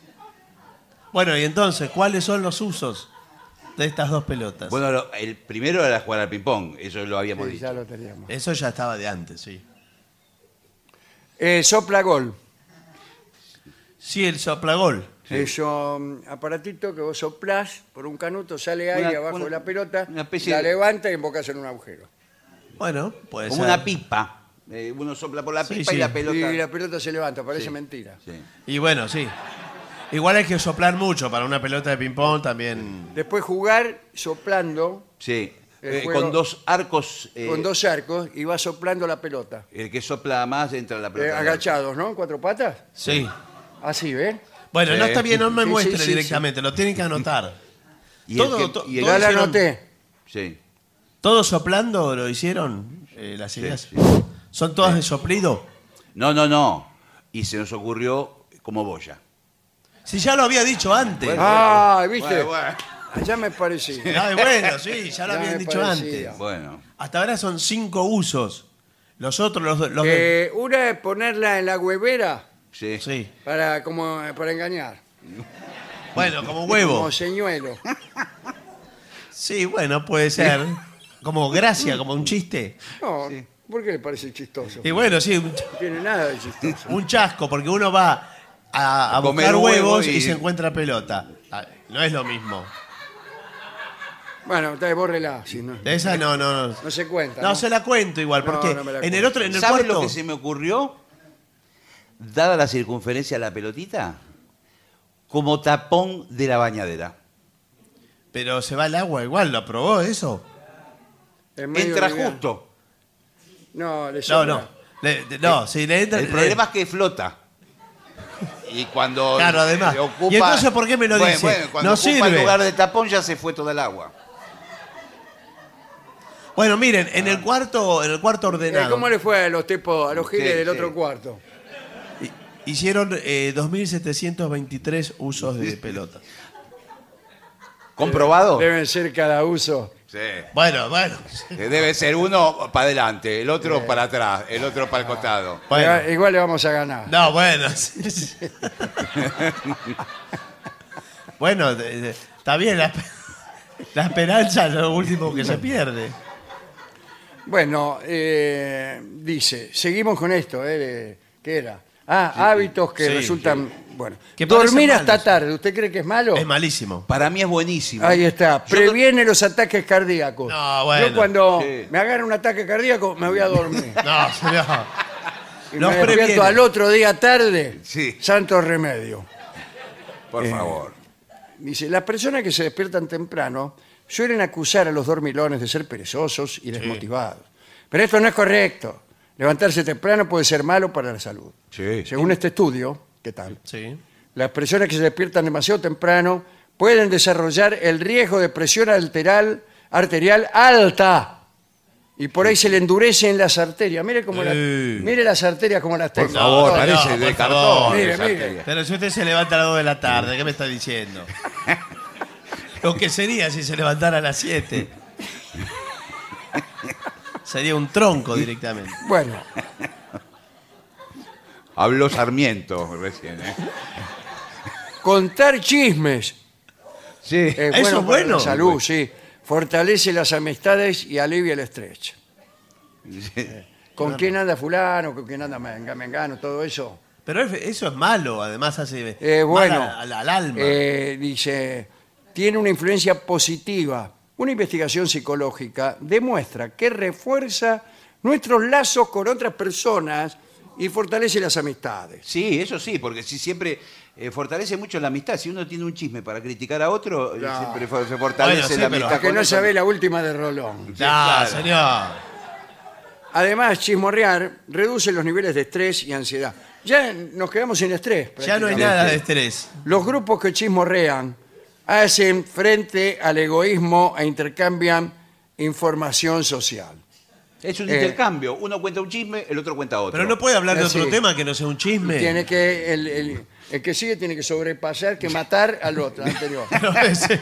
E: Bueno, y entonces, ¿cuáles son los usos de estas dos pelotas?
D: Bueno, lo- el primero era jugar al ping-pong, eso lo habíamos
C: Sí,
D: dicho.
C: ya lo teníamos
E: Eso ya estaba de antes, sí.
C: eh, sopla gol
E: Sí, el soplagol.
C: Es un aparatito que vos soplás por un canuto, sale aire
D: Una-
C: abajo
D: una-
C: de la pelota,
D: una especie
C: la
D: de-
C: levanta y embocas en un agujero.
E: Bueno, puede
D: Como
E: ser.
D: una pipa. Eh, uno sopla por la
E: Sí,
D: pipa
E: sí.
D: y la pelota.
C: Y la pelota se levanta, parece mentira.
D: Sí.
E: Y bueno, sí. Igual hay que soplar mucho para una pelota de ping-pong también.
C: Después jugar soplando
D: Sí.
C: El
D: Eh,
C: juego-
D: con dos arcos. eh,
C: con dos arcos y vas soplando la pelota.
D: El que sopla más entra la
C: Eh,
D: pelota.
C: agachados, ¿no? En cuatro patas.
E: Sí.
C: Así, ¿ves?
E: Bueno,
D: Sí.
E: no está bien, no me
C: Sí, sí,
E: muestre
C: sí,
E: directamente, lo tienen que anotar.
D: Y
E: Todo,
D: el que-
E: to-
D: y el-
C: Ya la
E: hicieron-
C: anoté.
D: Sí.
E: ¿Todos soplando lo hicieron? eh, las ideas.
D: sí.
E: ¿Son todas de soplido?
D: No, no, no. Y se nos ocurrió como boya.
E: Si ya lo había dicho antes.
D: Bueno.
C: Ah, ¿viste?
D: Bueno, bueno.
C: Ya me parecía.
E: Ay, Ah, bueno, sí, ya lo
C: Ya
E: habían
C: me
E: dicho
C: parecía.
E: antes.
D: Bueno.
E: Hasta ahora son cinco usos. Los otros, los, los de-
C: Eh, una es ponerla en la huevera
D: Sí.
E: Sí.
C: para, como, eh, para engañar.
E: Bueno, como
C: Como
E: huevo.
C: señuelo.
E: Sí, bueno, puede ser. Como gracia, como un chiste.
C: No, ¿por qué le parece chistoso?
E: Y bueno, sí, un,
C: No tiene nada de chistoso.
E: un chasco, porque uno va a, a
D: Comer
E: buscar
D: huevo
E: huevos y...
D: y-
E: se encuentra pelota. Ah, No es lo mismo.
C: Bueno, entonces bórrela, si no,
E: De esa no, no, no.
C: no se cuenta.
E: No,
C: ¿no?
E: se la cuento igual,
C: No,
E: porque
C: no me la
E: en el
C: cuento.
E: otro, en el
D: ¿Sabes
E: cuarto.
D: lo que se me ocurrió? Dada la circunferencia de la pelotita, como tapón de la bañadera.
E: Pero se va el agua igual, ¿lo aprobó eso?
C: En medio
D: Entra
C: de la-
D: justo.
C: No, le
E: No,
C: sobra.
E: no. Le- de- no, si le entra.
D: El
E: le-
D: problema es que flota. Y cuando
E: Claro, además.
D: le ocupa-
E: ¿Y entonces por qué me lo
D: Bueno,
E: dice?
D: bueno, cuando
E: No
D: ocupa
E: sirve.
D: el lugar de tapón ya se fue todo el agua.
E: Bueno, miren, en el cuarto, en el cuarto
C: Eh,
E: ordenado.
C: ¿Cómo le fue a los tipos, a los giles
D: Sí,
C: del
D: sí.
C: otro cuarto?
E: hi- Hicieron eh, 2.723 usos de pelota. Oh.
D: ¿Comprobado?
C: Deben ser cada uso.
D: Sí.
E: Bueno, bueno.
D: Que Debe ser uno para adelante, el otro para atrás, el otro para el costado.
E: bueno.
C: Igual, Eh, igual le vamos a ganar.
E: No, bueno. sí, sí. bueno, de- de- está bien. La, la esperanza es lo último que se pierde.
C: Bueno, eh, dice, seguimos con esto, eh, de- ¿qué era? Ah, hábitos que
E: sí,
C: resultan. Bueno,
E: Que parecen
C: dormir
E: malos.
C: hasta tarde, ¿usted cree que es malo?
E: Es malísimo.
D: Para mí es buenísimo.
C: Ahí está, previene los ataques cardíacos.
E: No, bueno.
C: Yo cuando
D: Sí.
C: me agarra un ataque cardíaco me voy a dormir.
E: No, señor.
C: y
E: Los
C: me despierto
E: previene.
C: al otro día tarde.
D: Sí.
C: Santo remedio.
D: Por favor.
C: Dice, las personas que se despiertan temprano suelen acusar a los dormilones de ser perezosos y desmotivados. Pero esto no es correcto. Levantarse temprano puede ser malo para la salud.
D: Sí.
C: Según este estudio, ¿qué tal?
E: Sí.
C: Las personas que se despiertan demasiado temprano pueden desarrollar el riesgo de presión arterial, arterial alta. Y por ahí se le endurecen las arterias. Mire, cómo las-
E: Eh.
C: mire las arterias como las tengo.
D: Por favor,
C: No,
D: parece
E: no,
D: de
E: por
D: cartón.
E: favor.
C: Mire,
D: esa
C: mire.
D: arteria.
E: Pero si usted se levanta a las 2 de la tarde, ¿qué me está diciendo? Lo que sería si se levantara a las 7. Sería un tronco directamente.
C: Bueno,
D: Habló Sarmiento recién. ¿eh?
C: contar chismes.
D: Sí.
C: Es
E: Eso
C: eh, bueno
E: es
C: para
E: bueno.
C: la salud, sí. Fortalece las amistades y alivia el estrés. ¿Con quién anda fulano? ¿Con quién anda menga- mengano? Todo eso.
E: Pero es- eso es malo, además hace
C: Eh,
E: mal
C: bueno,
E: a- al, al alma.
C: eh, dice, tiene una influencia positiva. Una investigación psicológica demuestra que refuerza nuestros lazos con otras personas y fortalece las
E: Ah,
C: amistades.
D: Sí, eso sí, porque si siempre eh, fortalece mucho la amistad. Si uno tiene un chisme para criticar a otro, eh,
C: Claro.
D: siempre for- se fortalece
E: Bueno, sí,
D: la
E: pero-
D: amistad.
C: La que
D: con
C: no
D: eso.
C: sabe la última de Rolón.
E: no,
D: claro.
E: señor.
C: Además, chismorrear reduce los niveles de estrés y ansiedad. Ya nos quedamos sin estrés.
E: Ya no hay
C: prácticamente.
E: nada de estrés.
C: Los grupos que chismorrean hacen frente al egoísmo e intercambian información social.
D: Es un
C: Eh.
D: intercambio. Uno cuenta un chisme, el otro cuenta otro.
E: Pero no puede hablar de
C: Así.
E: otro tema que no sea un chisme.
C: Tiene que el, el- el que sigue tiene que sobrepasar, que matar al otro al anterior.
E: Pero ese-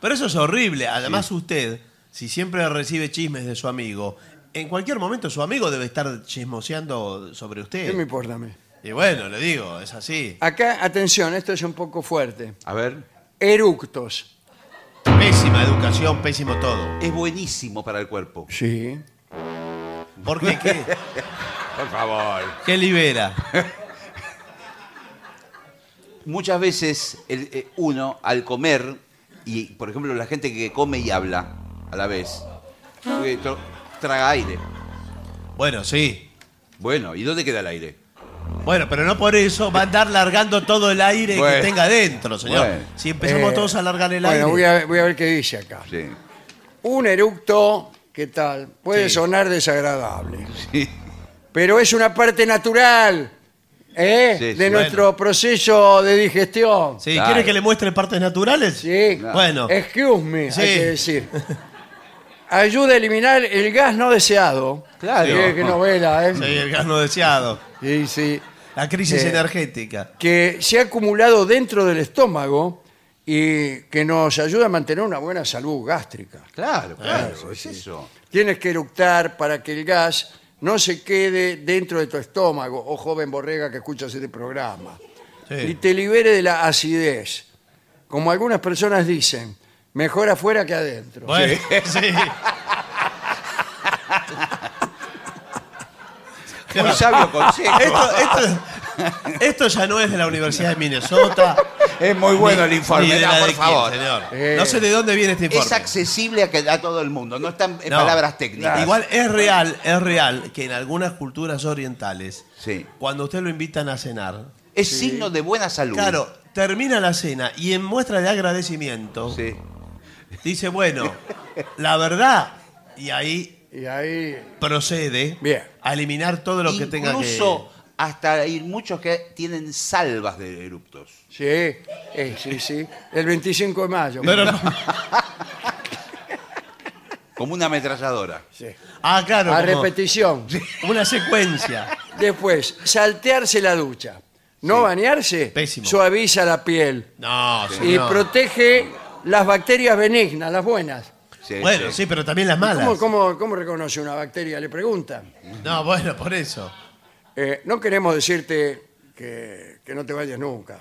E: pero eso es horrible. Además, usted, si siempre recibe chismes de su amigo, en cualquier momento su amigo debe estar chismoseando sobre
C: ¿Qué me
E: usted.
C: importa a mí?
E: Y bueno, le digo, es así.
C: Acá, atención, esto es un poco fuerte.
D: A ver.
C: Eructos.
E: Pésima educación, pésimo todo.
D: Es buenísimo para el cuerpo.
C: Sí.
E: Porque qué,
D: Por favor.
E: ¿Qué libera.
D: Muchas veces el, eh, uno al comer, y por ejemplo la gente que come y habla a la vez, eh, tro- traga aire.
E: Bueno, sí.
D: Bueno, ¿y dónde queda el aire?
E: Bueno, pero no por eso va a andar largando todo el aire
D: Bueno.
E: que tenga dentro, señor.
D: Bueno.
E: Si empezamos
C: Eh,
E: todos a largar el
C: bueno,
E: aire.
C: voy a, voy a ver qué dice acá.
D: Sí.
C: Un eructo, ¿qué tal? Puede
E: Sí.
C: sonar desagradable. Pero es una parte natural ¿eh?
D: Sí,
C: de
D: sí, bueno.
C: nuestro proceso de digestión.
E: Sí,
D: Claro.
E: ¿Quiere que le muestre partes naturales?
C: Sí. Eh.
E: Bueno,
C: Excuse me,
E: Sí.
C: hay que decir. Ayuda a eliminar el gas no deseado.
D: Claro.
C: Sí, qué novela, ¿eh?
E: sí, el gas no deseado.
C: Sí, sí.
E: La crisis
C: Sí.
E: energética.
C: Que se ha acumulado dentro del estómago y que nos ayuda a mantener una buena salud gástrica.
D: Claro, claro, es eso.
C: Tienes que eructar para que el gas no se quede dentro de tu estómago, oh joven borrega que escuchas este programa,
E: Sí.
C: y te libere de la acidez. Como algunas personas dicen, mejor afuera que adentro.
E: Bueno, sí.
D: Muy sabio consejo.
E: Esto, esto- esto ya no es de la Universidad de Minnesota.
D: es muy bueno el
E: ni
D: informe,
E: de
D: no,
E: la de
D: por
E: quién,
D: favor.
E: señor.
C: Eh.
E: No sé de dónde viene este
D: Es
E: informe.
D: accesible a, que- a todo el mundo, no están en
E: No.
D: palabras técnicas.
E: Igual es real, es real que en algunas culturas orientales,
D: Sí.
E: cuando usted lo invitan a cenar,
D: Es signo de buena salud.
E: claro, termina la cena y en muestra de agradecimiento
D: Sí.
E: dice, bueno, la verdad, y ahí
C: Y ahí,
E: procede
C: Bien.
E: a eliminar todo lo que tenga que...
D: Incluso hasta hay muchos que tienen salvas de eruptos.
C: sí, eh, sí, sí, el 25 de mayo.
E: Pero no-
D: Como una ametralladora.
C: Sí.
E: Ah, claro.
C: A
E: como-
C: repetición.
E: Una secuencia.
C: Después, saltearse la ducha. No bañarse
E: Pésimo.
C: suaviza la piel
E: No,
C: y
E: señor.
C: protege las bacterias benignas, las buenas.
D: Sí,
E: Bueno,
D: sí.
E: sí, pero también las malas.
C: ¿Cómo, cómo, cómo reconoce una bacteria? Le preguntan.
E: No, bueno, por eso.
C: Eh, no queremos decirte que, que no te vayas nunca,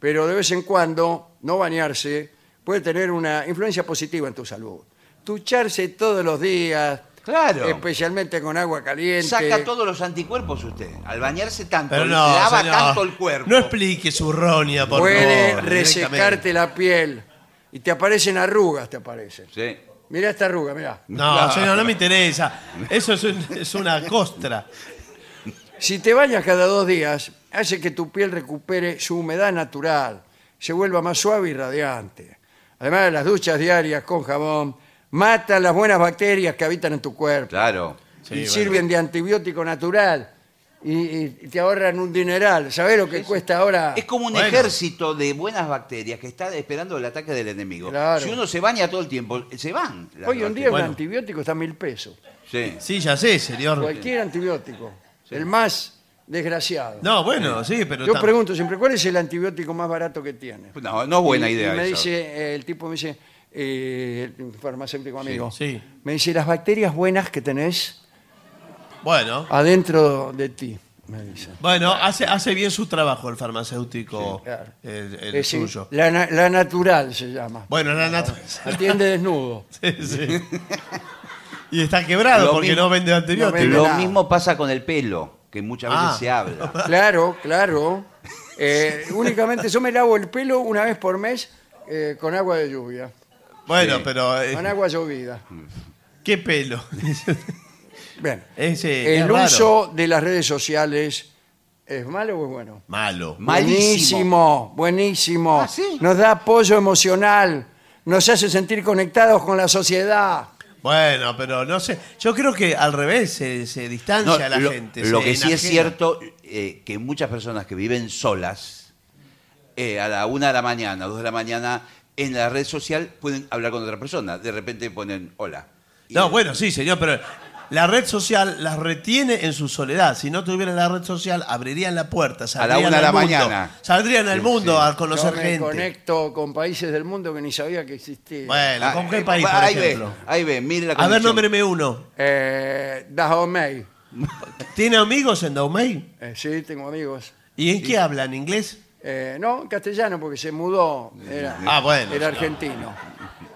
C: pero de vez en cuando no bañarse puede tener una influencia positiva en tu salud. Tucharse todos los días,
D: Claro.
C: especialmente con agua caliente.
D: Saca todos los anticuerpos usted. Al bañarse tanto,
E: Pero no,
D: lava
E: señor.
D: tanto el cuerpo.
E: No explique su ronia, por
C: puede
E: favor.
C: resecarte
E: directamente.
C: la piel y te aparecen arrugas, te aparecen.
D: Sí.
C: Mirá esta arruga, mirá.
E: No, señor, no me interesa. Eso es, un- es una costra.
C: Si te bañas cada dos días, hace que tu piel recupere su humedad natural, se vuelva más suave y radiante. Además, las duchas diarias con jabón mata las buenas bacterias que habitan en tu cuerpo
D: Claro.
E: Sí,
C: y
E: bueno.
C: sirven de antibiótico natural y, y te ahorran un dineral. ¿Sabés lo que cuesta ahora?
D: Es como un
E: Ah, Bueno.
D: ejército de buenas bacterias que está esperando el ataque del enemigo.
C: Claro.
D: Si uno se baña todo el tiempo, se van. las
C: Hoy en día
D: bacterias.
C: un
E: Bueno.
C: antibiótico está a mil pesos.
D: Sí.
E: Sí, ya sé, señor.
C: Cualquier antibiótico. El más desgraciado.
E: No, bueno, sí, pero.
C: Yo
E: tam-
C: pregunto siempre, ¿cuál es el antibiótico más barato que tiene?
D: No, no es buena
C: Y- y
D: idea
C: me
D: eso.
C: dice, eh, el tipo me dice, eh, el farmacéutico amigo,
E: sí.
C: me dice, las bacterias buenas que tenés
E: Bueno,
C: adentro de ti, me dice.
E: bueno, hace, hace bien su trabajo el farmacéutico. eh,
C: claro.
E: El, el
C: Es decir,
E: suyo.
C: la, na- la natural se llama.
E: Bueno, la naturaleza.
C: Atiende desnudo.
E: Sí, sí. Y está quebrado
D: Lo
E: porque
D: mismo-
E: no vende
C: no vende
E: antibióticos.
D: Lo
C: nada.
D: mismo pasa con el pelo, que muchas veces
E: Ah.
D: se habla.
C: Claro, claro. Eh, únicamente yo me lavo el pelo una vez por mes eh, con agua de lluvia,
E: Bueno,
D: Sí.
E: pero. eh,
C: con agua llovida.
E: ¿Qué pelo?
C: Bueno,
E: Ese, Eh, es
C: el
E: raro.
C: uso de las redes sociales es malo o es bueno.
E: Malo.
D: Malísimo.
C: Buenísimo, buenísimo.
D: Ah, ¿sí?
C: Nos da apoyo emocional, nos hace sentir conectados con la sociedad.
E: Bueno, pero no sé. Yo creo que al revés se, se distancia
D: No,
E: la
D: lo,
E: gente.
D: lo
E: se
D: que sí es
E: enajena.
D: cierto eh, que muchas personas que viven solas eh, a la una de la mañana, dos de la mañana en la red social pueden hablar con otra persona. De repente ponen hola. Y-
E: No, bueno, sí, señor, pero la red social las retiene en su soledad. Si no tuvieran la red social, abrirían la puerta.
D: A la
E: Saldrían
D: una de
E: al
D: la
E: mundo,
D: mañana.
E: Saldrían al
D: Sí,
E: mundo
D: sí.
E: a
C: Yo
E: conocer
C: me
E: gente.
C: conecto con países del mundo que ni sabía que existían.
E: Bueno, ¿con
D: Ah,
E: qué
D: eh,
E: país, por
D: ahí
E: ejemplo?
D: Ve, ahí ve, mire la
E: A ver,
D: conexión.
E: nómbreme uno.
C: Eh, Dajao May.
E: ¿Tiene amigos en Daumey?
C: Eh, sí, tengo amigos.
E: ¿Y en qué hablan? ¿Inglés?
C: Eh, no, en castellano, porque se mudó. Era,
E: Ah, bueno,
C: era
E: claro.
C: argentino.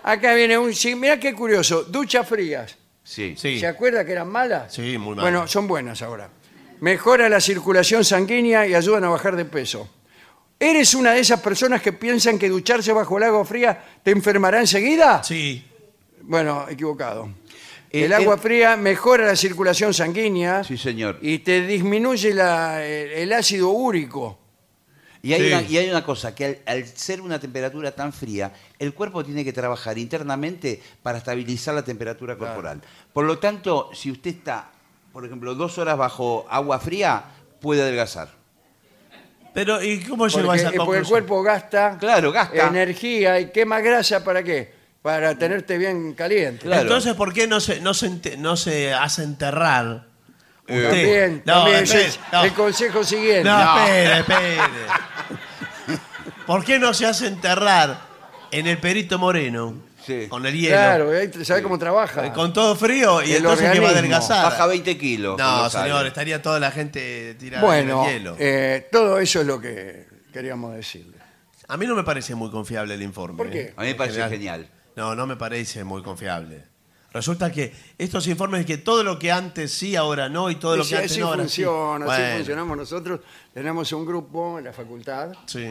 C: Acá viene un... sí, Mirá qué curioso. Duchas frías.
D: Sí.
E: Sí.
C: ¿Se acuerda que eran malas?
E: Sí, muy malas.
C: Bueno, son buenas ahora. Mejora la circulación sanguínea y ayudan a bajar de peso. ¿Eres una de esas personas que piensan que ducharse bajo el agua fría te enfermará enseguida?
E: Sí.
C: Bueno, equivocado.
D: Eh,
C: el agua
D: eh,
C: fría mejora la circulación sanguínea.
D: Sí, señor.
C: Y te disminuye la- el, el ácido úrico.
D: Y hay,
E: Sí.
D: una, y hay una cosa, que al, al ser una temperatura tan fría, el cuerpo tiene que trabajar internamente para estabilizar la temperatura corporal. Por lo tanto, si usted está, por ejemplo, dos horas bajo agua fría, puede adelgazar.
E: Pero, ¿y cómo llegó a
C: Porque,
E: esa
C: eh, porque el
E: conclusión?
C: cuerpo gasta,
D: Claro, gasta.
C: energía y quema grasa para qué? Para tenerte bien caliente.
D: Claro.
E: Entonces, ¿por qué no se, no se, ente- no se hace enterrar?
D: Eh.
E: Usted-
C: También,
E: no,
C: también,
E: espere,
C: ese es
E: no.
C: El consejo siguiente.
E: No, espere, espere. ¿Por qué no se hace enterrar en el Perito Moreno?
D: Sí.
E: Con el hielo.
C: Claro, ¿sabes cómo trabaja?
E: Eh, Con todo frío y
C: El
E: entonces que va a
C: organismo.
E: adelgazar.
D: Baja 20 kilos. con
E: No,
D: los
E: señor, este
D: años.
E: estaría toda la gente tirada
C: bueno,
E: en el hielo.
C: eh, todo eso es lo que queríamos decirle.
E: a mí no me parece muy confiable el informe.
C: ¿Por qué?
E: eh.
D: A mí me
E: En
D: parece genial.
E: No, no me parece muy confiable. Resulta que estos informes que todo lo que antes sí, ahora no, y todo lo
C: Y
E: que
C: si
E: antes
C: así
E: no, ahora
C: funciona,
E: sí.
C: así
E: Bueno,
C: funcionamos nosotros. Tenemos un grupo en la facultad
E: sí.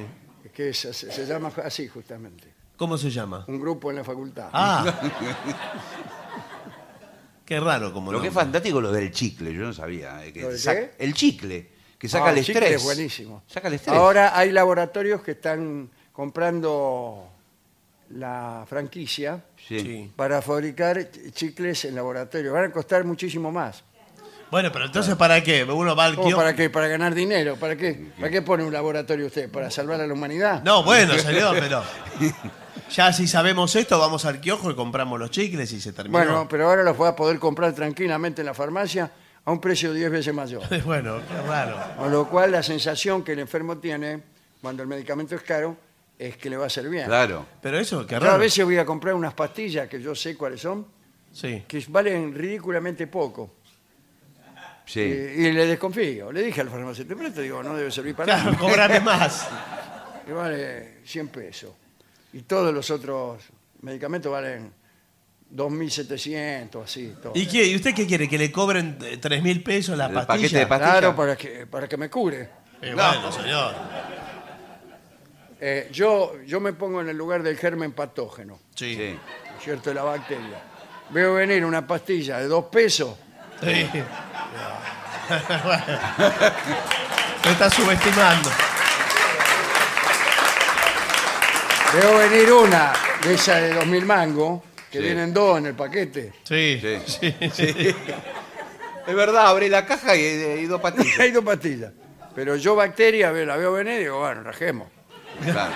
C: que es- se, se llama así justamente.
E: ¿Cómo se llama?
C: Un grupo en la facultad.
E: Ah. Qué raro como
D: Lo que es
E: nombre.
D: fantástico es lo del chicle, yo no sabía. eh, que
C: ¿Lo del
D: saca-
C: qué?
D: El chicle, que saca
C: Ah,
D: el
C: sí, que
D: estrés.
C: Es buenísimo.
D: Saca el estrés.
C: Ahora hay laboratorios que están comprando la franquicia
D: Sí.
E: Sí.
C: para fabricar ch- chicles en laboratorio. Van a costar muchísimo más.
E: Bueno, pero entonces ¿para qué? Uno va al
C: ¿Cómo,
E: kiosco.
C: ¿Para qué? ¿Para ganar dinero? ¿Para qué? ¿Para qué pone un laboratorio usted? ¿Para salvar a la humanidad?
E: No, bueno, señor, pero ya si sabemos esto, vamos al kiosco y compramos los chicles y se terminó.
C: Bueno, pero ahora los va a poder comprar tranquilamente en la farmacia a un precio 10 veces mayor.
E: bueno, qué raro.
C: Con lo cual la sensación que el enfermo tiene cuando el medicamento es caro es que le va a ser bien.
D: Claro.
E: Pero eso, qué
C: Yo a
E: raro.
C: veces voy a comprar unas pastillas que yo sé cuáles son,
E: Sí.
C: que valen ridículamente poco. Eh,
D: Sí.
C: Y, y le desconfío. Le dije al farmacéutico, pero te digo, no debe servir para
E: Claro,
C: nada.
E: cobrarme más.
C: Que vale 100 pesos. Y todos los otros medicamentos valen 2.700, así. Todo.
E: ¿Y, qué? ¿Y usted qué quiere? ¿Que le cobren eh, tres mil pesos la
D: El
E: pastilla?
D: paquete de pastillas.
C: Claro, para que, para que me cure.
E: Eh, bueno, señor.
C: Eh, yo, yo me pongo en el lugar del germen patógeno,
E: Sí.
D: Sí.
C: ¿no es ¿cierto? De la bacteria. Veo venir una pastilla de dos pesos.
E: Sí. Bueno. Me está subestimando.
C: Veo venir una de esa de 2.000 mangos. que vienen dos en el paquete.
E: Sí,
D: Sí.
E: sí.
D: Es verdad, abrí la caja y, eh, y dos patillas.
C: Hay dos pastillas. Pero yo bacteria, ve- la veo venir y digo, bueno, rajemos.
D: Claro.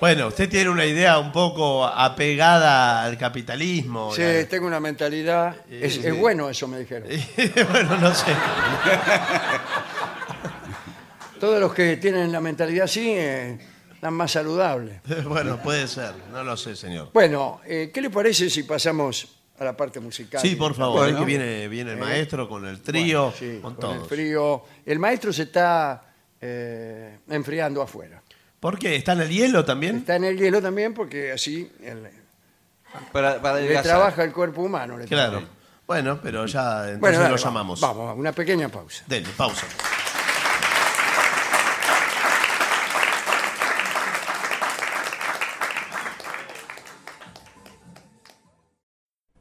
E: Bueno, usted tiene una idea un poco apegada al capitalismo.
C: Sí,
E: la-
C: tengo una mentalidad. Es, es bueno eso, me dijeron.
E: bueno, no sé.
C: Todos los que tienen la mentalidad así eh, están más saludables.
E: Bueno, puede ser. No lo sé, señor.
C: Bueno, eh, ¿qué le parece si pasamos a la parte musical?
E: Sí, por favor.
D: Bueno.
E: es que viene, viene el maestro con el trío,
C: Eh. Bueno, sí,
E: con,
C: con el
E: todos.
C: frío. El maestro se está eh, enfriando afuera.
E: ¿Por qué? ¿Está en el hielo también?
C: Está en el hielo también porque así el-
D: Para, para
C: le
D: adelgazar.
C: trabaja el cuerpo humano. le
E: Claro.
C: trabaja.
E: Bueno, pero ya entonces
C: Bueno, dale,
E: lo
C: vamos,
E: llamamos.
C: Vamos, una pequeña pausa.
E: Dele, pausa.